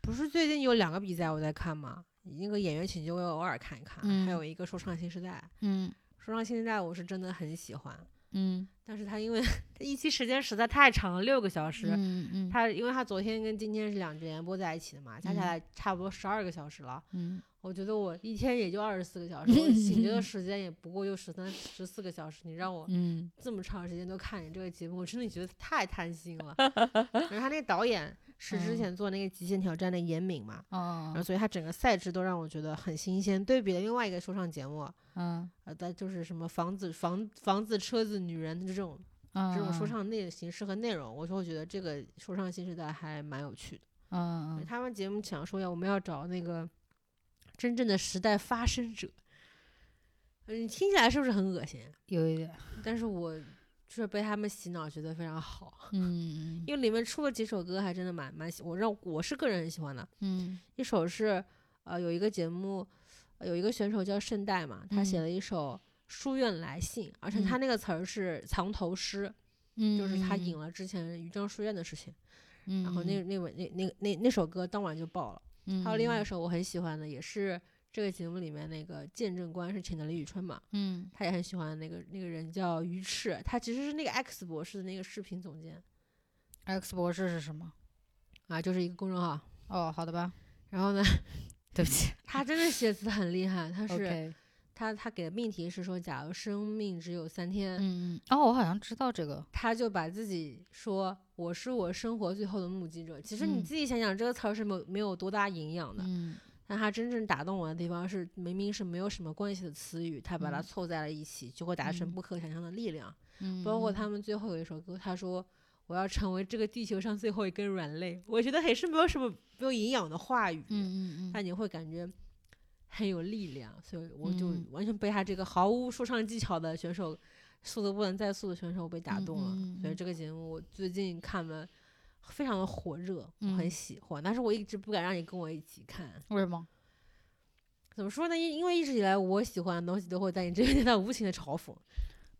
不是最近有两个比赛我在看吗？那个演员请就我偶尔看一看，
嗯
还有一个说唱新时代。
嗯
说唱新时代我是真的很喜欢，
嗯
但是它因为它一期时间实在太长了，六个小时。
嗯嗯
它因为它昨天跟今天是两连播在一起的嘛，加起
嗯
来差不多十二个小时了。
嗯
我觉得我一天也就二十四个小时， 我醒着的时间也不过就十三、十四个小时。你让我
嗯
这么长时间都看你这个节目，我真的觉得太贪心 了。然后他那个导演是之
嗯
前做那个《极限挑战》的严敏嘛，然后
哦
所以他整个赛制都让我觉得很新鲜。对比了另外一个说唱节目，
嗯
呃，但就是什么房子、房房子、车子、女人就这种
嗯，
这种说唱内形式和内容，我就会觉得这个说唱新时代还蛮有趣的。
嗯嗯
他们节目想说呀，我们要找那个真正的时代发声者。呃你听起来是不是很恶心？
有一点
但是我就是被他们洗脑，觉得非常好，
嗯
因为里面出了几首歌，还真的蛮蛮喜，我让我是个人很喜欢的。
嗯
一首是呃有一个节目，呃有一个选手叫圣代嘛，他写
嗯
了一首《书院来信》，而且他那个词儿是藏头诗，
嗯，
就是他引
了，
了之前于正书院的事情，
嗯、
然后那那那那那那首歌当晚就爆了。还有另
嗯
外一首我很喜欢的，也是这个节目里面那个见证官是请的李宇春嘛，
嗯
他也很喜欢那个那个人叫于赤，他其实是那个 X 博士的那个视频总监
，X 博士是什么？
啊，就是一个公众号。
哦，好的吧，
然后呢，
对不起。
他真的写词很厉害，他是
OK，
他他给的命题是说，假如生命只有三天，
嗯嗯，哦，我好像知道这个，
他就把自己说我是我生活最后的目击者。其实你
嗯
自己想想，这个词儿是没有没有多大营养的，
嗯
但它真正打动我的地方是，明明是没有什么关系的词语，它把它
嗯
凑在了一起，就会达成
嗯
不可想象的力量。
嗯，
包括他们最后有一首歌，他说：“我要成为这个地球上最后一根软肋。”我觉得还是没有什么没有营养的话语，
嗯，嗯嗯
但你会感觉很有力量。所以我就
嗯
完全被他这个毫无说唱技巧的选手，速度不能再速的选手被打
嗯
动了。
嗯嗯
所以
嗯
这个节目我最近看了。非常的火热，我
嗯
很喜欢，但是我一直不敢让你跟我一起看，
为什么？
怎么说呢？因因为一直以来我喜欢的东西都会在你这边得到无情的嘲讽。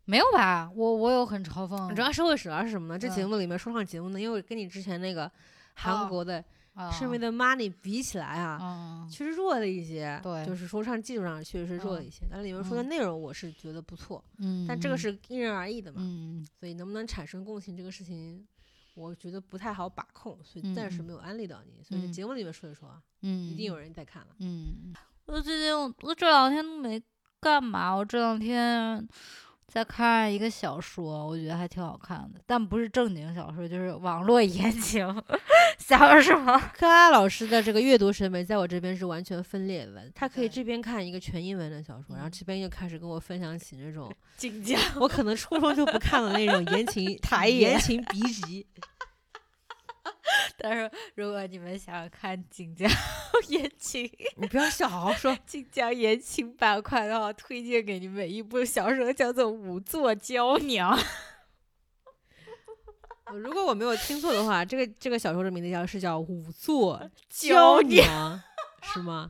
没有吧？我我有很嘲讽，
主要是为什么？是什么呢？这
嗯
节目里面说唱节目呢，因为跟你之前那个韩
哦
国的
啊
《身为的 Money》比起来啊，
嗯，
确实弱了一些。
对
就是说唱技术上确实是弱了
嗯
一些，但里面说的
嗯
内容我是觉得不错，
嗯，
但这个是因人而异的嘛。
嗯
所以能不能产生共情这个事情，我觉得不太好把控，所以暂时
嗯嗯
没有安利到你。所以这
嗯
节目里面说一说啊，
嗯，
一定有人在看了。
嗯，我最近我我这两天都没干嘛，我这两天在看一个小说，我觉得还挺好看的，但不是正经小说，就是网络言情小说。
克拉老师的这个阅读审美在我这边是完全分裂的，他可以
对
这边看一个全英文的小说，然后
嗯
这边又开始跟我分享起那 种
晋 江，
我可能初中就不看的那种言情
台 言
言情笔集，
但是如果你们想看晋江 言情、
你不要笑，好好说。
晋江言情板块的话，推荐给你们一部小说，叫做《五座娇娘》。
如果我没有听错的话，这个这个小说的名字叫是叫仵 作
娇
娘，是吗？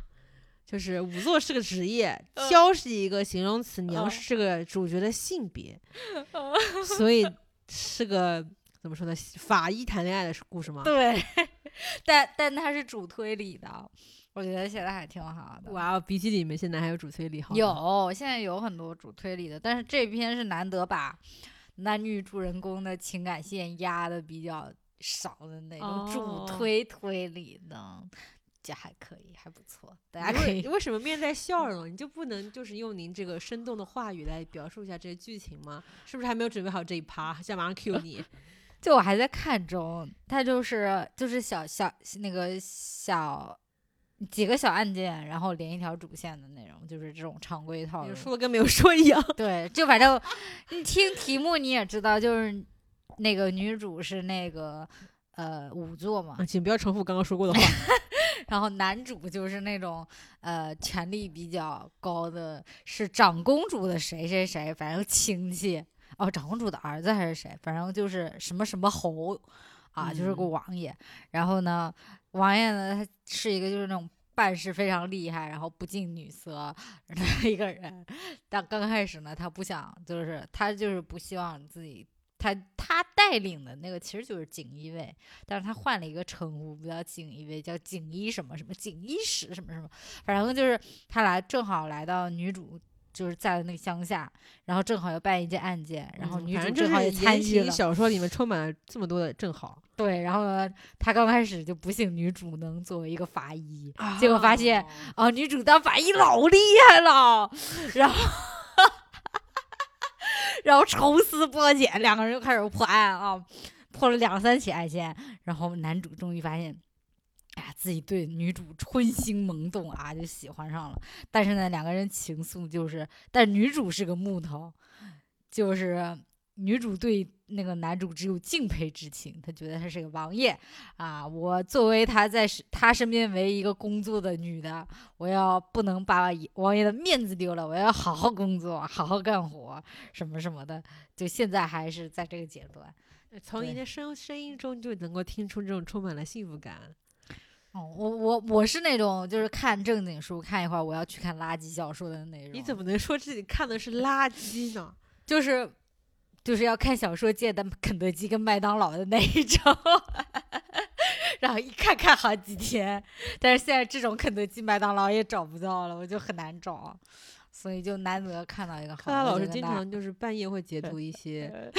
就是仵作是个职业，
嗯
娇是一个形容词，娘
嗯
是个主角的性别，所以是个怎么说呢，法医谈恋爱的故事吗？
对，但但他是主推理的，我觉得写的还挺好的。
哇，哦比起你们现在还有主推理好，
有现在有很多主推理的，但是这篇是难得把男女主人公的情感线压的比较少的那种主
哦
推推理的。这还可以，还不错，大家可
为
以
为什么面带笑容，你就不能就是用您这个生动的话语来表述一下这些剧情吗？是不是还没有准备好这一趴？现在马上 Q 你。
就我还在看中，他就是就是小小那个小几个小案件，然后连一条主线的那种，就是这种常规套
你
路。
说的跟没有说一样。
对，就反正你听题目你也知道，就是那个女主是那个呃仵作嘛，
啊，请不要重复刚刚说过的话。
哎然后男主就是那种呃权力比较高的，是长公主的谁谁谁，反正亲戚哦，长公主的儿子还是谁，反正就是什么什么侯啊，就是个
嗯
王爷。然后呢，王爷呢他是一个就是那种。办事非常厉害，然后不近女色 的一个人。但刚开始呢，他不想，就是他就是不希望自己，他他带领的那个其实就是锦衣卫，但是他换了一个称呼，不叫锦衣卫，叫锦衣什么什么，锦衣使什么什么，反正就是他来正好来到女主就是在的那个乡下，然后正好要办一件案件，然后
嗯
女
反
主
正就
正好也
是
参
言
与
情
了，
小说里面充满了这么多的正好，
对，然后呢，他刚开始就不信女主能作为一个法医，结果发现哦，女主当法医老厉害了，然后 然后抽丝剥茧，两个人就开始破案啊，破了两三起案件，然后男主终于发现。哎呀，自己对女主春心萌动啊，就喜欢上了。但是呢，两个人情愫就是，但女主是个木头，就是女主对那个男主只有敬佩之情，她觉得他是个王爷啊。我作为他在是他身边唯一一个工作的女的，我要不能把王爷的面子丢了，我要好好工作， 好好干活，什么什么的。就现在还是在这个阶段。
呃从您
对
的声声音中就能够听出这种充满了幸福感。
哦，我我我是那种就是看正经书看一会儿，我要去看垃圾小说的那种。
你怎么能说自己看的是垃圾呢？
就是就是要看小说界的肯德基跟麦当劳的那一种， 然后一看看好几天，但是现在这种肯德基、麦当劳也找不到了，我就很难找，所以就难得看到一个好
克
的。
拉老师
就跟
经
大家
常就是半夜会截图一些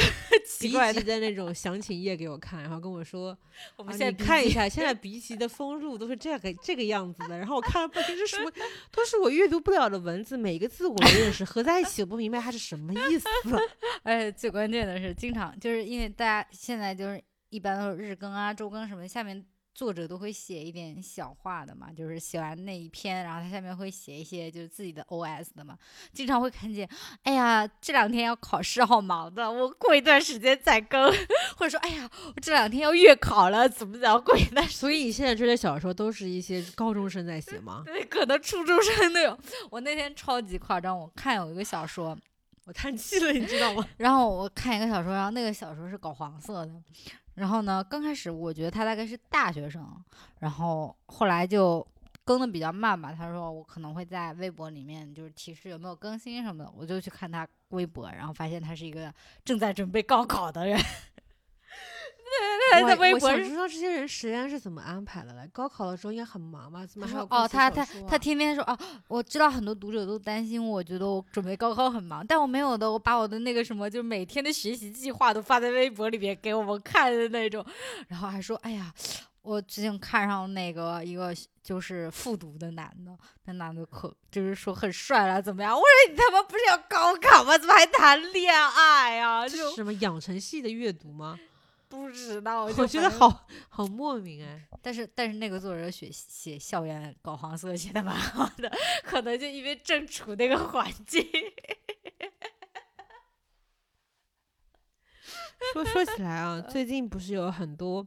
奇
离
怪
奇的
的，
那种详情页给我看，然后跟我说，
我
我
们
们现
现在
在
比
看一
起
下， 现在鼻息的封路都是这个这个样子的。然后我看了半天，这什么都是我阅读不了的文字，每个字我都认识，合在一起我不明白它是什么意思。
而且哎最关键的是，经常就是因为大家现在就是一般都是日更啊、周更什么，下面作者都会写一点小话的嘛，就是写完那一篇，然后他下面会写一些就是自己的 OS 的嘛，经常会看见，哎呀，这两天要考试，好忙的，我过一段时间再更， 或者说，哎呀，我这两天要月考了，怎么怎么过一段时
所以你现在追的小说都是一些高中生在写吗？
对，可能初中生那种。我那天超级夸张，我看有一个小说，
我叹气了，你知道 吗？
然后我看一个小说，然后那个小说是搞黄色的，然后呢，刚开始我觉得他大概是大学生，然后后来就更的比较慢吧。他说我可能会在微博里面就是提示有没有更新什么的，我就去看他微博，然后发现他是一个正在准备高考的人。 对，他在微
我
博
想
上
知道这些人实验是怎么安排的嘞？高考的时候应该很忙吧？怎么
他
还
说
有
哦，
公司
他
手
他
术
他
啊
天天说哦，我知道很多读者都担心我，觉得我准备高考很忙，但我没有的，我把我的那个什么，就是每天的学习计划都发在微博里边给我们看的那种，然后还说哎呀，我最近看上那个一个就是复读的男的，那男的可就是说很帅了怎么样？我说你他妈不是要高考吗？怎么还谈恋爱啊？
这是
就
什么养成系的阅读吗？
不知道，就
我觉得
反正
好好莫名哎。
但是但是那个作者写写校园搞黄色写的蛮好的，可能就因为正处那个环 境。
说说起来 啊，最近不是有很多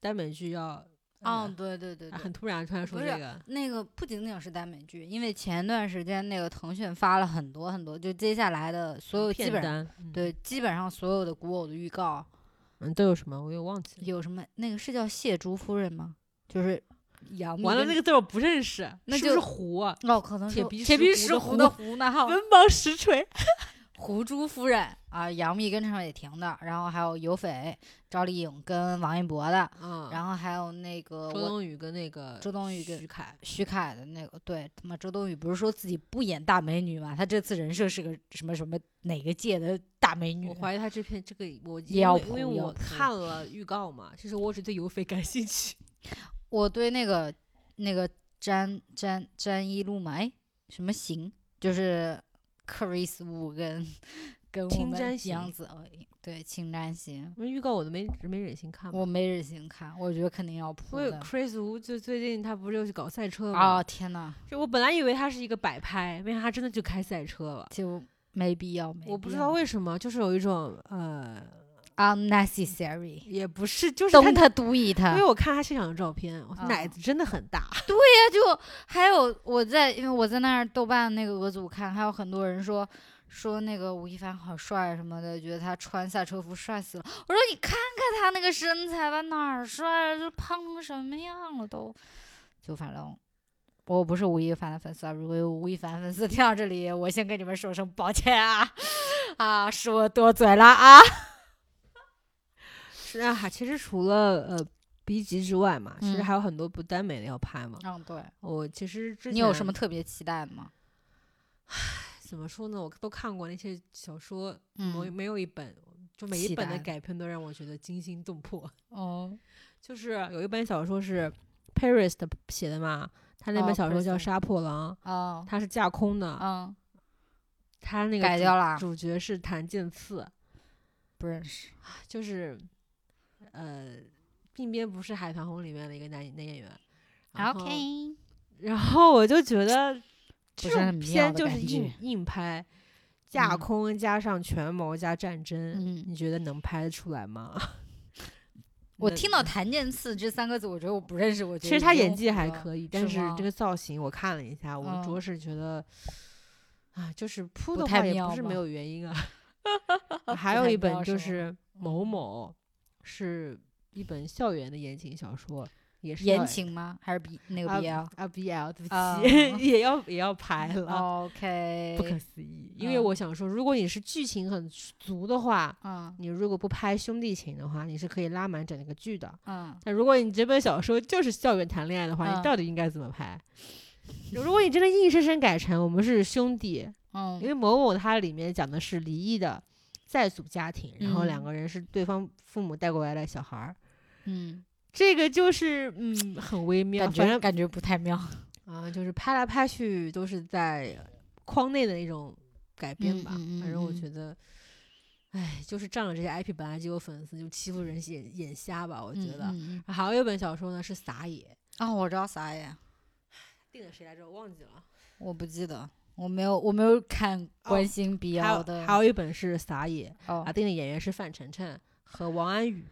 耽美剧要
嗯，
嗯
对对对
啊
对，
很突然突然说
不
这
是
个，
那个不仅仅是耽美剧，因为前段时间那个腾讯发了很多很多，就接下来的所有基
片
本上
单嗯
对基本上所有的古偶的预告
嗯都有什么？我又忘记了。
有什么？那个是叫谢竹夫人吗？就是杨幂
完了，
跟
那个字儿我不认识，
那
是不是
就
狐啊？
哦，可能是
铁皮
铁
石
皮
斛
石
的
斛
斛
的斛呢哈。
文盲实锤，
胡珠夫人啊，杨幂跟陈伟霆的，然后还有有斐、赵丽颖跟王一博的，
嗯，
然后还有那个
周
呃我
冬雨跟那个
周冬雨跟
徐凯，
徐凯的那个，对，他妈周冬雨不是说自己不演大美女嘛？她这次人设是个什么什么哪个界的大美女？
我怀疑他这篇这个我
也要
因为因为
扑要
我
扑
看了预告嘛，其实我只对有翡感兴 趣。
我对那个那个詹詹詹一路嘛，哎，什么行？就是 Chris Wu 跟跟我
青詹
们
行
杨紫薇对青詹行，
因为预告我都没没忍心看嘛。
我没忍心看，我觉得肯定要扑
所以
的。
啊 Chris Wu 就最近他不是又去搞赛车嘛？
啊天呐，
就我本来以为他是一个摆拍，没想到他真的就开赛车了。
就没必要，没
我不
必
知
要啊
道为什么，就是有一种呃，
unnecessary。
也不是， 就是他，
Don't do it！
因为我看他现场的照片，我
啊
奶子真的很 大。
他就还有我在，因为我在那儿豆瓣那个俄组看，还有很多人说说那个吴亦凡好帅什么的，觉得他穿赛车服帅死了。我说你看看他那个身材吧，哪儿帅了？就胖成什么样了都。就反正我不是吴亦凡的粉丝啊，如果有吴亦凡粉丝听到这里，我先跟你们说声抱歉啊，啊，是我多嘴了啊。
是啊，还其实除了呃 B 级之外嘛，其实
嗯
还有很多部耽美的要拍嘛。
嗯，对，
我其实之前
你有什么特别期待的吗？
怎么说呢？我都看过那些小说，我
嗯，
没有一本，就每一
期
本的
待的
改编都让我觉得惊心动魄。
哦，
就是有一本小说是 Paris 的写的嘛，他那本
哦
小说叫《
，Paris
杀破狼》，
哦，
它是架空的，
嗯，
他那个
改
主
掉了，啊
主角是谭健次，
不认识。
就是呃，鬓边不是海棠红里面的一个男男演员。然后
OK，
然后我就觉得这
是
种
很必
片
要的
就是
感
硬
觉
硬拍，架
嗯
空加上权谋加战争，
嗯
你觉得能拍得出来吗？
我
那
听到“谭健次”这三个字，我觉得我不认识。我觉
其
得
实他演技
已经呃
还
火了
可以，但
是
是
吗
这个造型我看了一下，我
嗯
着实觉得，啊，就是扑
不
的
太
话也
妙
不是
吗
没有原 因啊。还有
太
一本
妙
就是是某某，是一本校园的言情小说，也是要
言情吗？还是 B 那个
啊
BL？
啊 BL，对
啊
不起，也要也要拍了，
OK，
不可思议。因为我想说，如果你是剧情很足的话，
嗯
你如果不拍兄弟情的话，你是可以拉满整个剧的。
嗯，
那如果你这本小说就是校园谈恋爱的话，你
嗯
到底应该怎么拍？ 如果你真的硬生生改成我们是兄弟，
嗯
因为某某它里面讲的是离异的再组家庭，然后
嗯
两个人是对方父母带过来的小孩儿，
嗯，
这个就是嗯很微妙，
感
反
觉
正
感觉不太妙。
啊就是拍来拍去都是在框内的一种改编
嗯
吧，
嗯嗯
反正我
嗯
觉得。哎，就是仗着这些 IP 本来就有粉丝，就欺负人眼眼瞎吧，我
我
觉得。
嗯嗯
还有一本小说呢是撒野，
啊，我知道啥呀，
定的谁来着？我忘记了。
我不记得，我没有我没有看关
哦
心
还
BL
有
的
还有一本是《撒野》，
哦
啊，，定的演员是范丞丞和王安宇。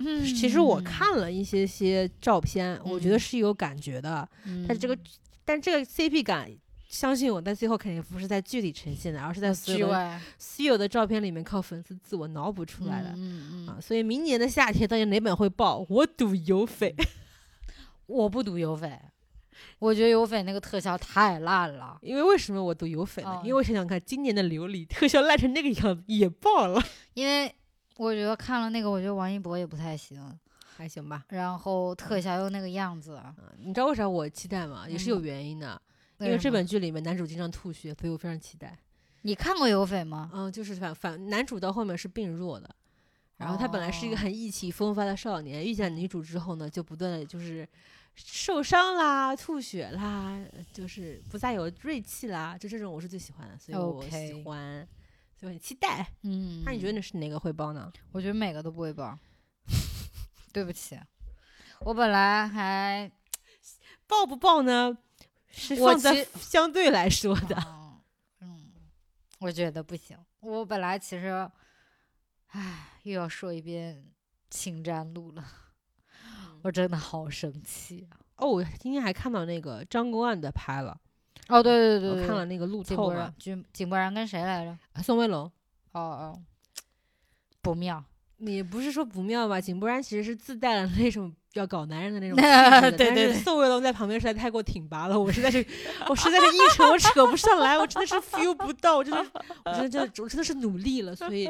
嗯
其实我，看了一些些照片，我觉得
嗯
是有感觉的，
嗯
但是这个但这个 CP 感。相信我，在最后肯定不是在剧里呈现的，而是在所
剧
有的
外
所有的照片里面靠粉丝自我脑补出来的、
嗯嗯嗯
啊。所以明年的夏天到底哪本会爆？我赌有匪。
我不读有匪，我觉得有匪那个特效太烂了。
因为为什么我赌有匪呢？
哦
因为我想想看，今年的琉璃特效烂成那个样子也爆了，
因为我觉得看了那个，我觉得王一博也不太行，
还行吧。
然后特效又那个样子，
啊，你知道为啥我期待吗？也是有原因的，嗯因为
什
这
么
本剧里面男主经常吐血，所以我非常期待。
你看过有匪吗？
嗯，就是反反男主到后面是病弱的，然后他本来是一个
哦
很意气风发的少年，遇见女主之后呢，就不断的就是受伤啦、吐血啦，就是不再有锐气啦，就这种我是最喜欢的，所以我喜
OK
欢。所以我很期待，
嗯，
那你觉得？那是哪个会爆呢？
我觉得每个都不会报， 对不起，我本来还
爆不爆呢？ 是
我
放在
其
相对来说的，
嗯嗯，我觉得不行。我本来其实，唉，又要说一遍《情占路》了，
嗯
我真的好生气啊！
哦，我今天还看到那个张公案的拍了，
哦，对对对
我
对，
看了那个路
井
透
柏
嘛
然，，井井柏然跟谁来着？
啊宋威龙。
哦哦，不妙。
也不是说不妙吧，井柏然其实是自带了那种比要搞男人的那种气质
对
的。
对
但是
对，
宋威龙在旁边实在太过挺拔了，我实在是，我实在是硬扯，我扯不上来，我真的是 feel 不到，我真的是，我真的真的我真的是努力了，所以，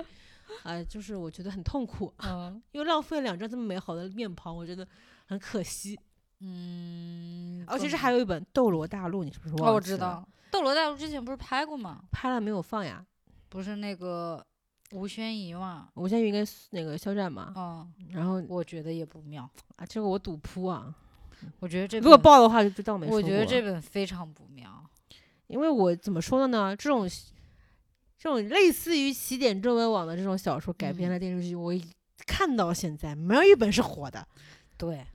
啊、就是我觉得很痛苦，
嗯
因为浪费了两张这么美好的面庞，我觉得很可惜。
嗯，
哦，其实
更
还有一本《斗罗大陆》，你是不是忘记了？
哦，我知，道，《斗罗大陆》之前不是拍过吗？
拍了没有放呀？
不是那个吴宣仪嘛？
吴先宇跟那个肖战嘛，
嗯，
然后
我觉得也不妙。
啊，这个我赌扑啊，
我觉得这
如果
本，
爆的话就就当没说
我觉得
过
这本非常不妙。
因为我怎么说呢？这种这种类似于起点中文网的这种小说改编
嗯
的电视剧，我看到现在没有一本是火的。
对，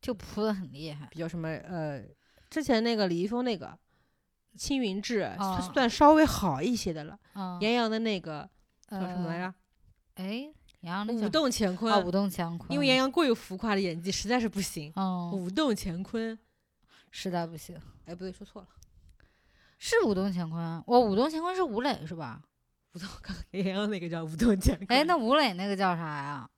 就扑的很厉害。
比较什么呃，之前那个李易峰那个《青云志》
啊
算算稍微好一些的了。
嗯，
杨洋的那个叫
叫
什么来？着？
哎，杨洋那
舞
叫
动乾坤
啊，。舞动乾坤。
因为杨洋过于浮夸的演技实在是不行，
嗯，
舞动乾坤。
实在不行，
哦哎，不对，说错了，
是舞动乾坤啊。我舞动乾坤是吴磊是吧？
舞动刚刚杨洋那个叫舞动乾坤。
哎，那吴磊那个叫啥呀？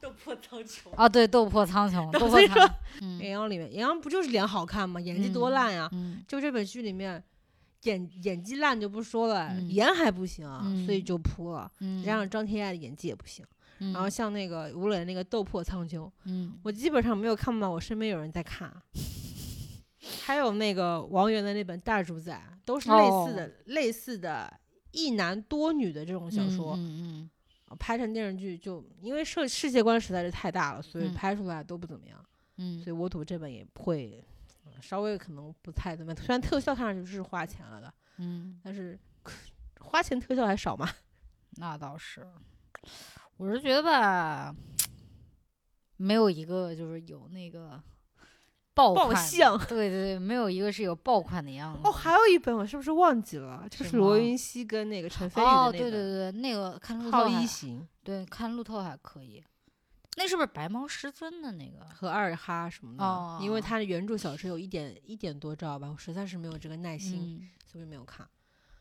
都破苍穹。
啊，对，斗破苍穹，斗破
所以
苍
说
穹。嗯
杨洋里面，杨洋不就是脸好看吗？演技多
嗯
烂呀、
嗯
就这本剧里面，演演技烂就不说了，
嗯
演还不行啊，所以
嗯
就扑了。
嗯，
加上张天爱的演技也不行，
嗯，
然后像那个吴磊那个《斗破苍穹》，
嗯
我基本上没有看到我身边有人在看啊。还有那个王源的那本《大主宰》，都是类似的、
哦
类似的一男多女的这种小说，
嗯嗯
拍成电视剧就因为世世界观实在是太大了，所以
嗯
拍出来都不怎么样。
嗯，
所以我赌这本也会呃稍微可能不太怎么样。虽然特效看上去是花钱了的，
嗯，
但是花钱特效还少嘛？
那倒是，我是觉得吧，没有一个就是有那个爆
爆
款的
相
对对对，没有一个是有爆款的样子。
哦，还有一本我是不是忘记了？就是是罗
吗
云熙跟那个陈飞宇
哦，
的那
对对
本
对，那个看路
《
透
好
还
一行
对看路透还可以，那是不是白毛师尊的那个》？
和《二哈》什么的，
嗯哦
因为它的原著小说有一点一点多兆吧，我实在是没有这个耐心，
嗯
所以没有看。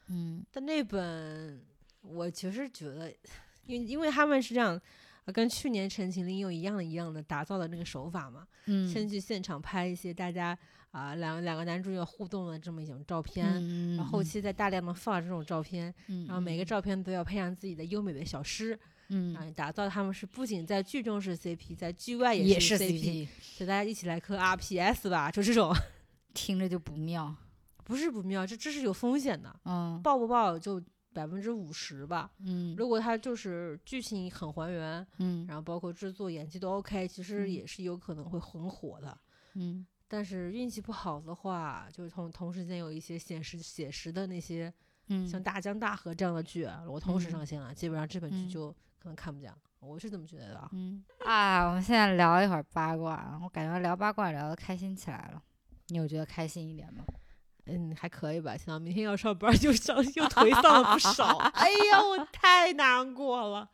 嗯
但那本我其实觉得，因为因为他们是这样。呃跟去年《陈情令》又一样一样的打造的那个手法嘛，
嗯，
先去现场拍一些大家啊、两两个男主角互动的这么一种照片，
嗯，
然后后期再大量的放这种照片，
嗯，嗯，
然后每个照片都要配上自己的优美的小诗，
嗯
啊、打造他们是不仅在剧中是 CP，在剧外
也
是 CP，
CP，
所以大家一起来磕 RPS 吧，就这种
听着就不妙。
不是不妙，这这是有风险的，
嗯
爆不爆就百分之五十吧。
嗯
如果它就是剧情很还原，
嗯
然后包括制作、演技都 OK，其实
嗯
也是有可能会很火的。
嗯
但是运气不好的话，就是同同时间有一些写实写实的那些，
嗯，
像《大江大河》这样的剧啊，我同时上线了，基本上这本剧
嗯
就可能看不见了。我是这么觉得的啊。
嗯啊，我们现在聊一会儿八卦啊，我感觉聊八卦聊得开心起来了。你有觉得开心一点吗？
嗯，还可以吧。想到明天要上班，就 上又颓丧了不少。哎呀，我太难过 了。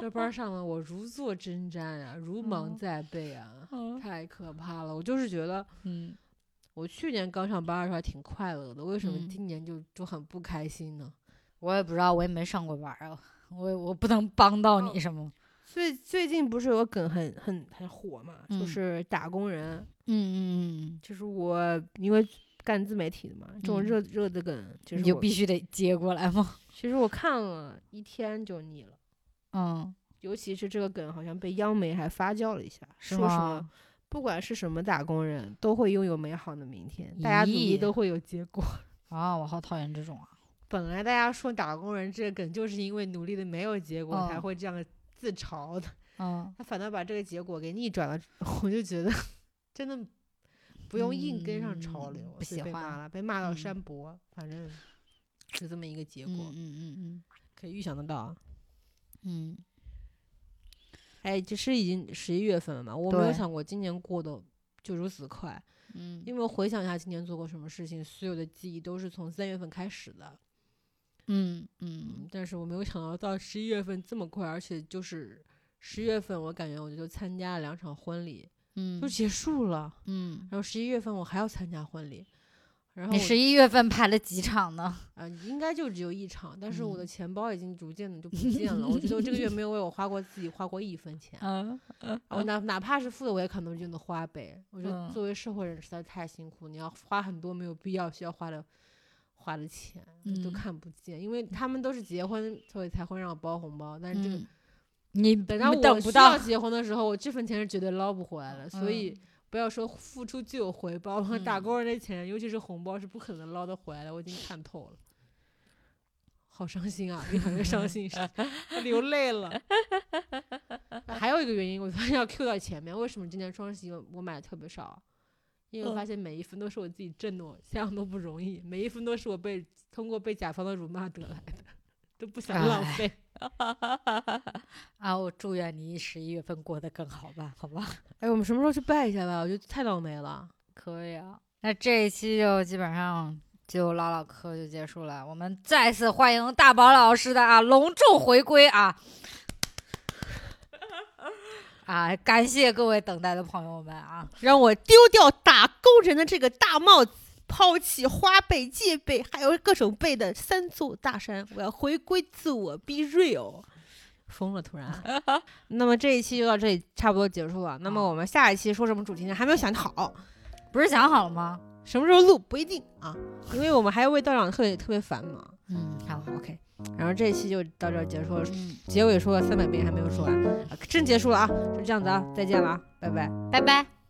这班上了，我如坐针毡啊，如芒
嗯
在背啊，
嗯
太可怕了。我就是觉得，
嗯
我去年刚上班的时候还挺快乐的，为什么
嗯
今年就、就很不开心呢？
我也不知道，我也没上过班儿啊，我也我不能帮到
哦
你什么。
最最近不是有个梗很很很火嘛，就
嗯
是打工人，
嗯嗯
就是我因为干自媒体的嘛，这种
嗯
热、热的梗，
嗯，
就
你
是
就
我
必须得接过来嘛。
其实我看了一天就腻了，
嗯，
尤其是这个梗好像被央媒还发酵了一下，
是
说什么
吗？
不管是什么打工人都会拥有美好的明天，大家努力
咦
都会有结果。
啊，我好讨厌这种啊。
本来大家说打工人这个梗就是因为努力的没有结果
哦
才会这样自嘲的，
嗯，
他反倒把这个结果给逆转了，我就觉得 真的不用硬跟上潮流，
嗯不
所以
喜
被
欢
骂了，被骂到
嗯
删博，反正是这么一个结果，
嗯嗯嗯
可以预想得到啊。
嗯嗯，
哎，这是已经十一月份了嘛，我没有
对
想过今年过得就如此快，
嗯
因为我回想一下今年做过什么事情，所有的记忆都是从三月份开始的，
嗯
嗯
嗯，
但是我没有想到到十一月份这么快，而且就是十月份，我感觉我就参加了两场婚礼，
嗯，
就结束了。
嗯
然后十一月份我还要参加婚礼，然后
你
我
十一月份拍了几场呢？
啊、应该就只有一场，但是我的
嗯
钱包已经逐渐的就不见了。我觉得我这个月没有为我花过自己花过一分钱， 啊
嗯，
我哪哪怕是负的，我也可能就能花呗。我觉得
嗯
作为社会人实在太辛苦，你要花很多没有必要需要花的花的钱，都
嗯
看不见，因为他们都是结婚所以才会让我包红包，但是这个、
嗯你
等到
你
我
不
需
到
要，结婚的时候，我这份钱是绝对捞不回来了，所以。不要说付出就有回报， 打
嗯
工人的钱，尤其是红包，是不可能捞得回来的。我已经看透了，好伤心啊！越想越伤 心，我流泪了。还有一个原因，我发现要 Q 到前面，为什么今年双十一我我买的特别少啊？因为我
嗯
发现每一分都是我自己挣的，我想想都不容易，每一分都是我被通过被甲方的辱骂得来的，都不想浪
哎
费。
啊，我祝愿你十一月份过得更好吧，好 吧？
哎，我们什么时候去拜一下吧？我觉得太倒霉了。
可以啊，那这一期就基本上就唠唠嗑就结束了。我们再次欢迎大宝老师的啊隆重回归 啊！啊，感谢各位等待的朋友们啊！
让我
丢掉打工人的这个大帽子，抛弃花呗、借呗，还有各种呗的三座大山，我要回归自我，be real。
疯了，突然。 那么这一期就到这里，差不多结束了。那么我们下一期说什么主题呢？还没有想好，
不是想好了吗？
什么时候录不一定啊，因为我们还有位道长特别特别繁忙。
嗯，好，
OK，然后这一期就到这儿结束了，
嗯，
结尾说了三百遍还没有说完，啊真结束了啊，就这样子啊，再见了啊，拜拜。
拜拜。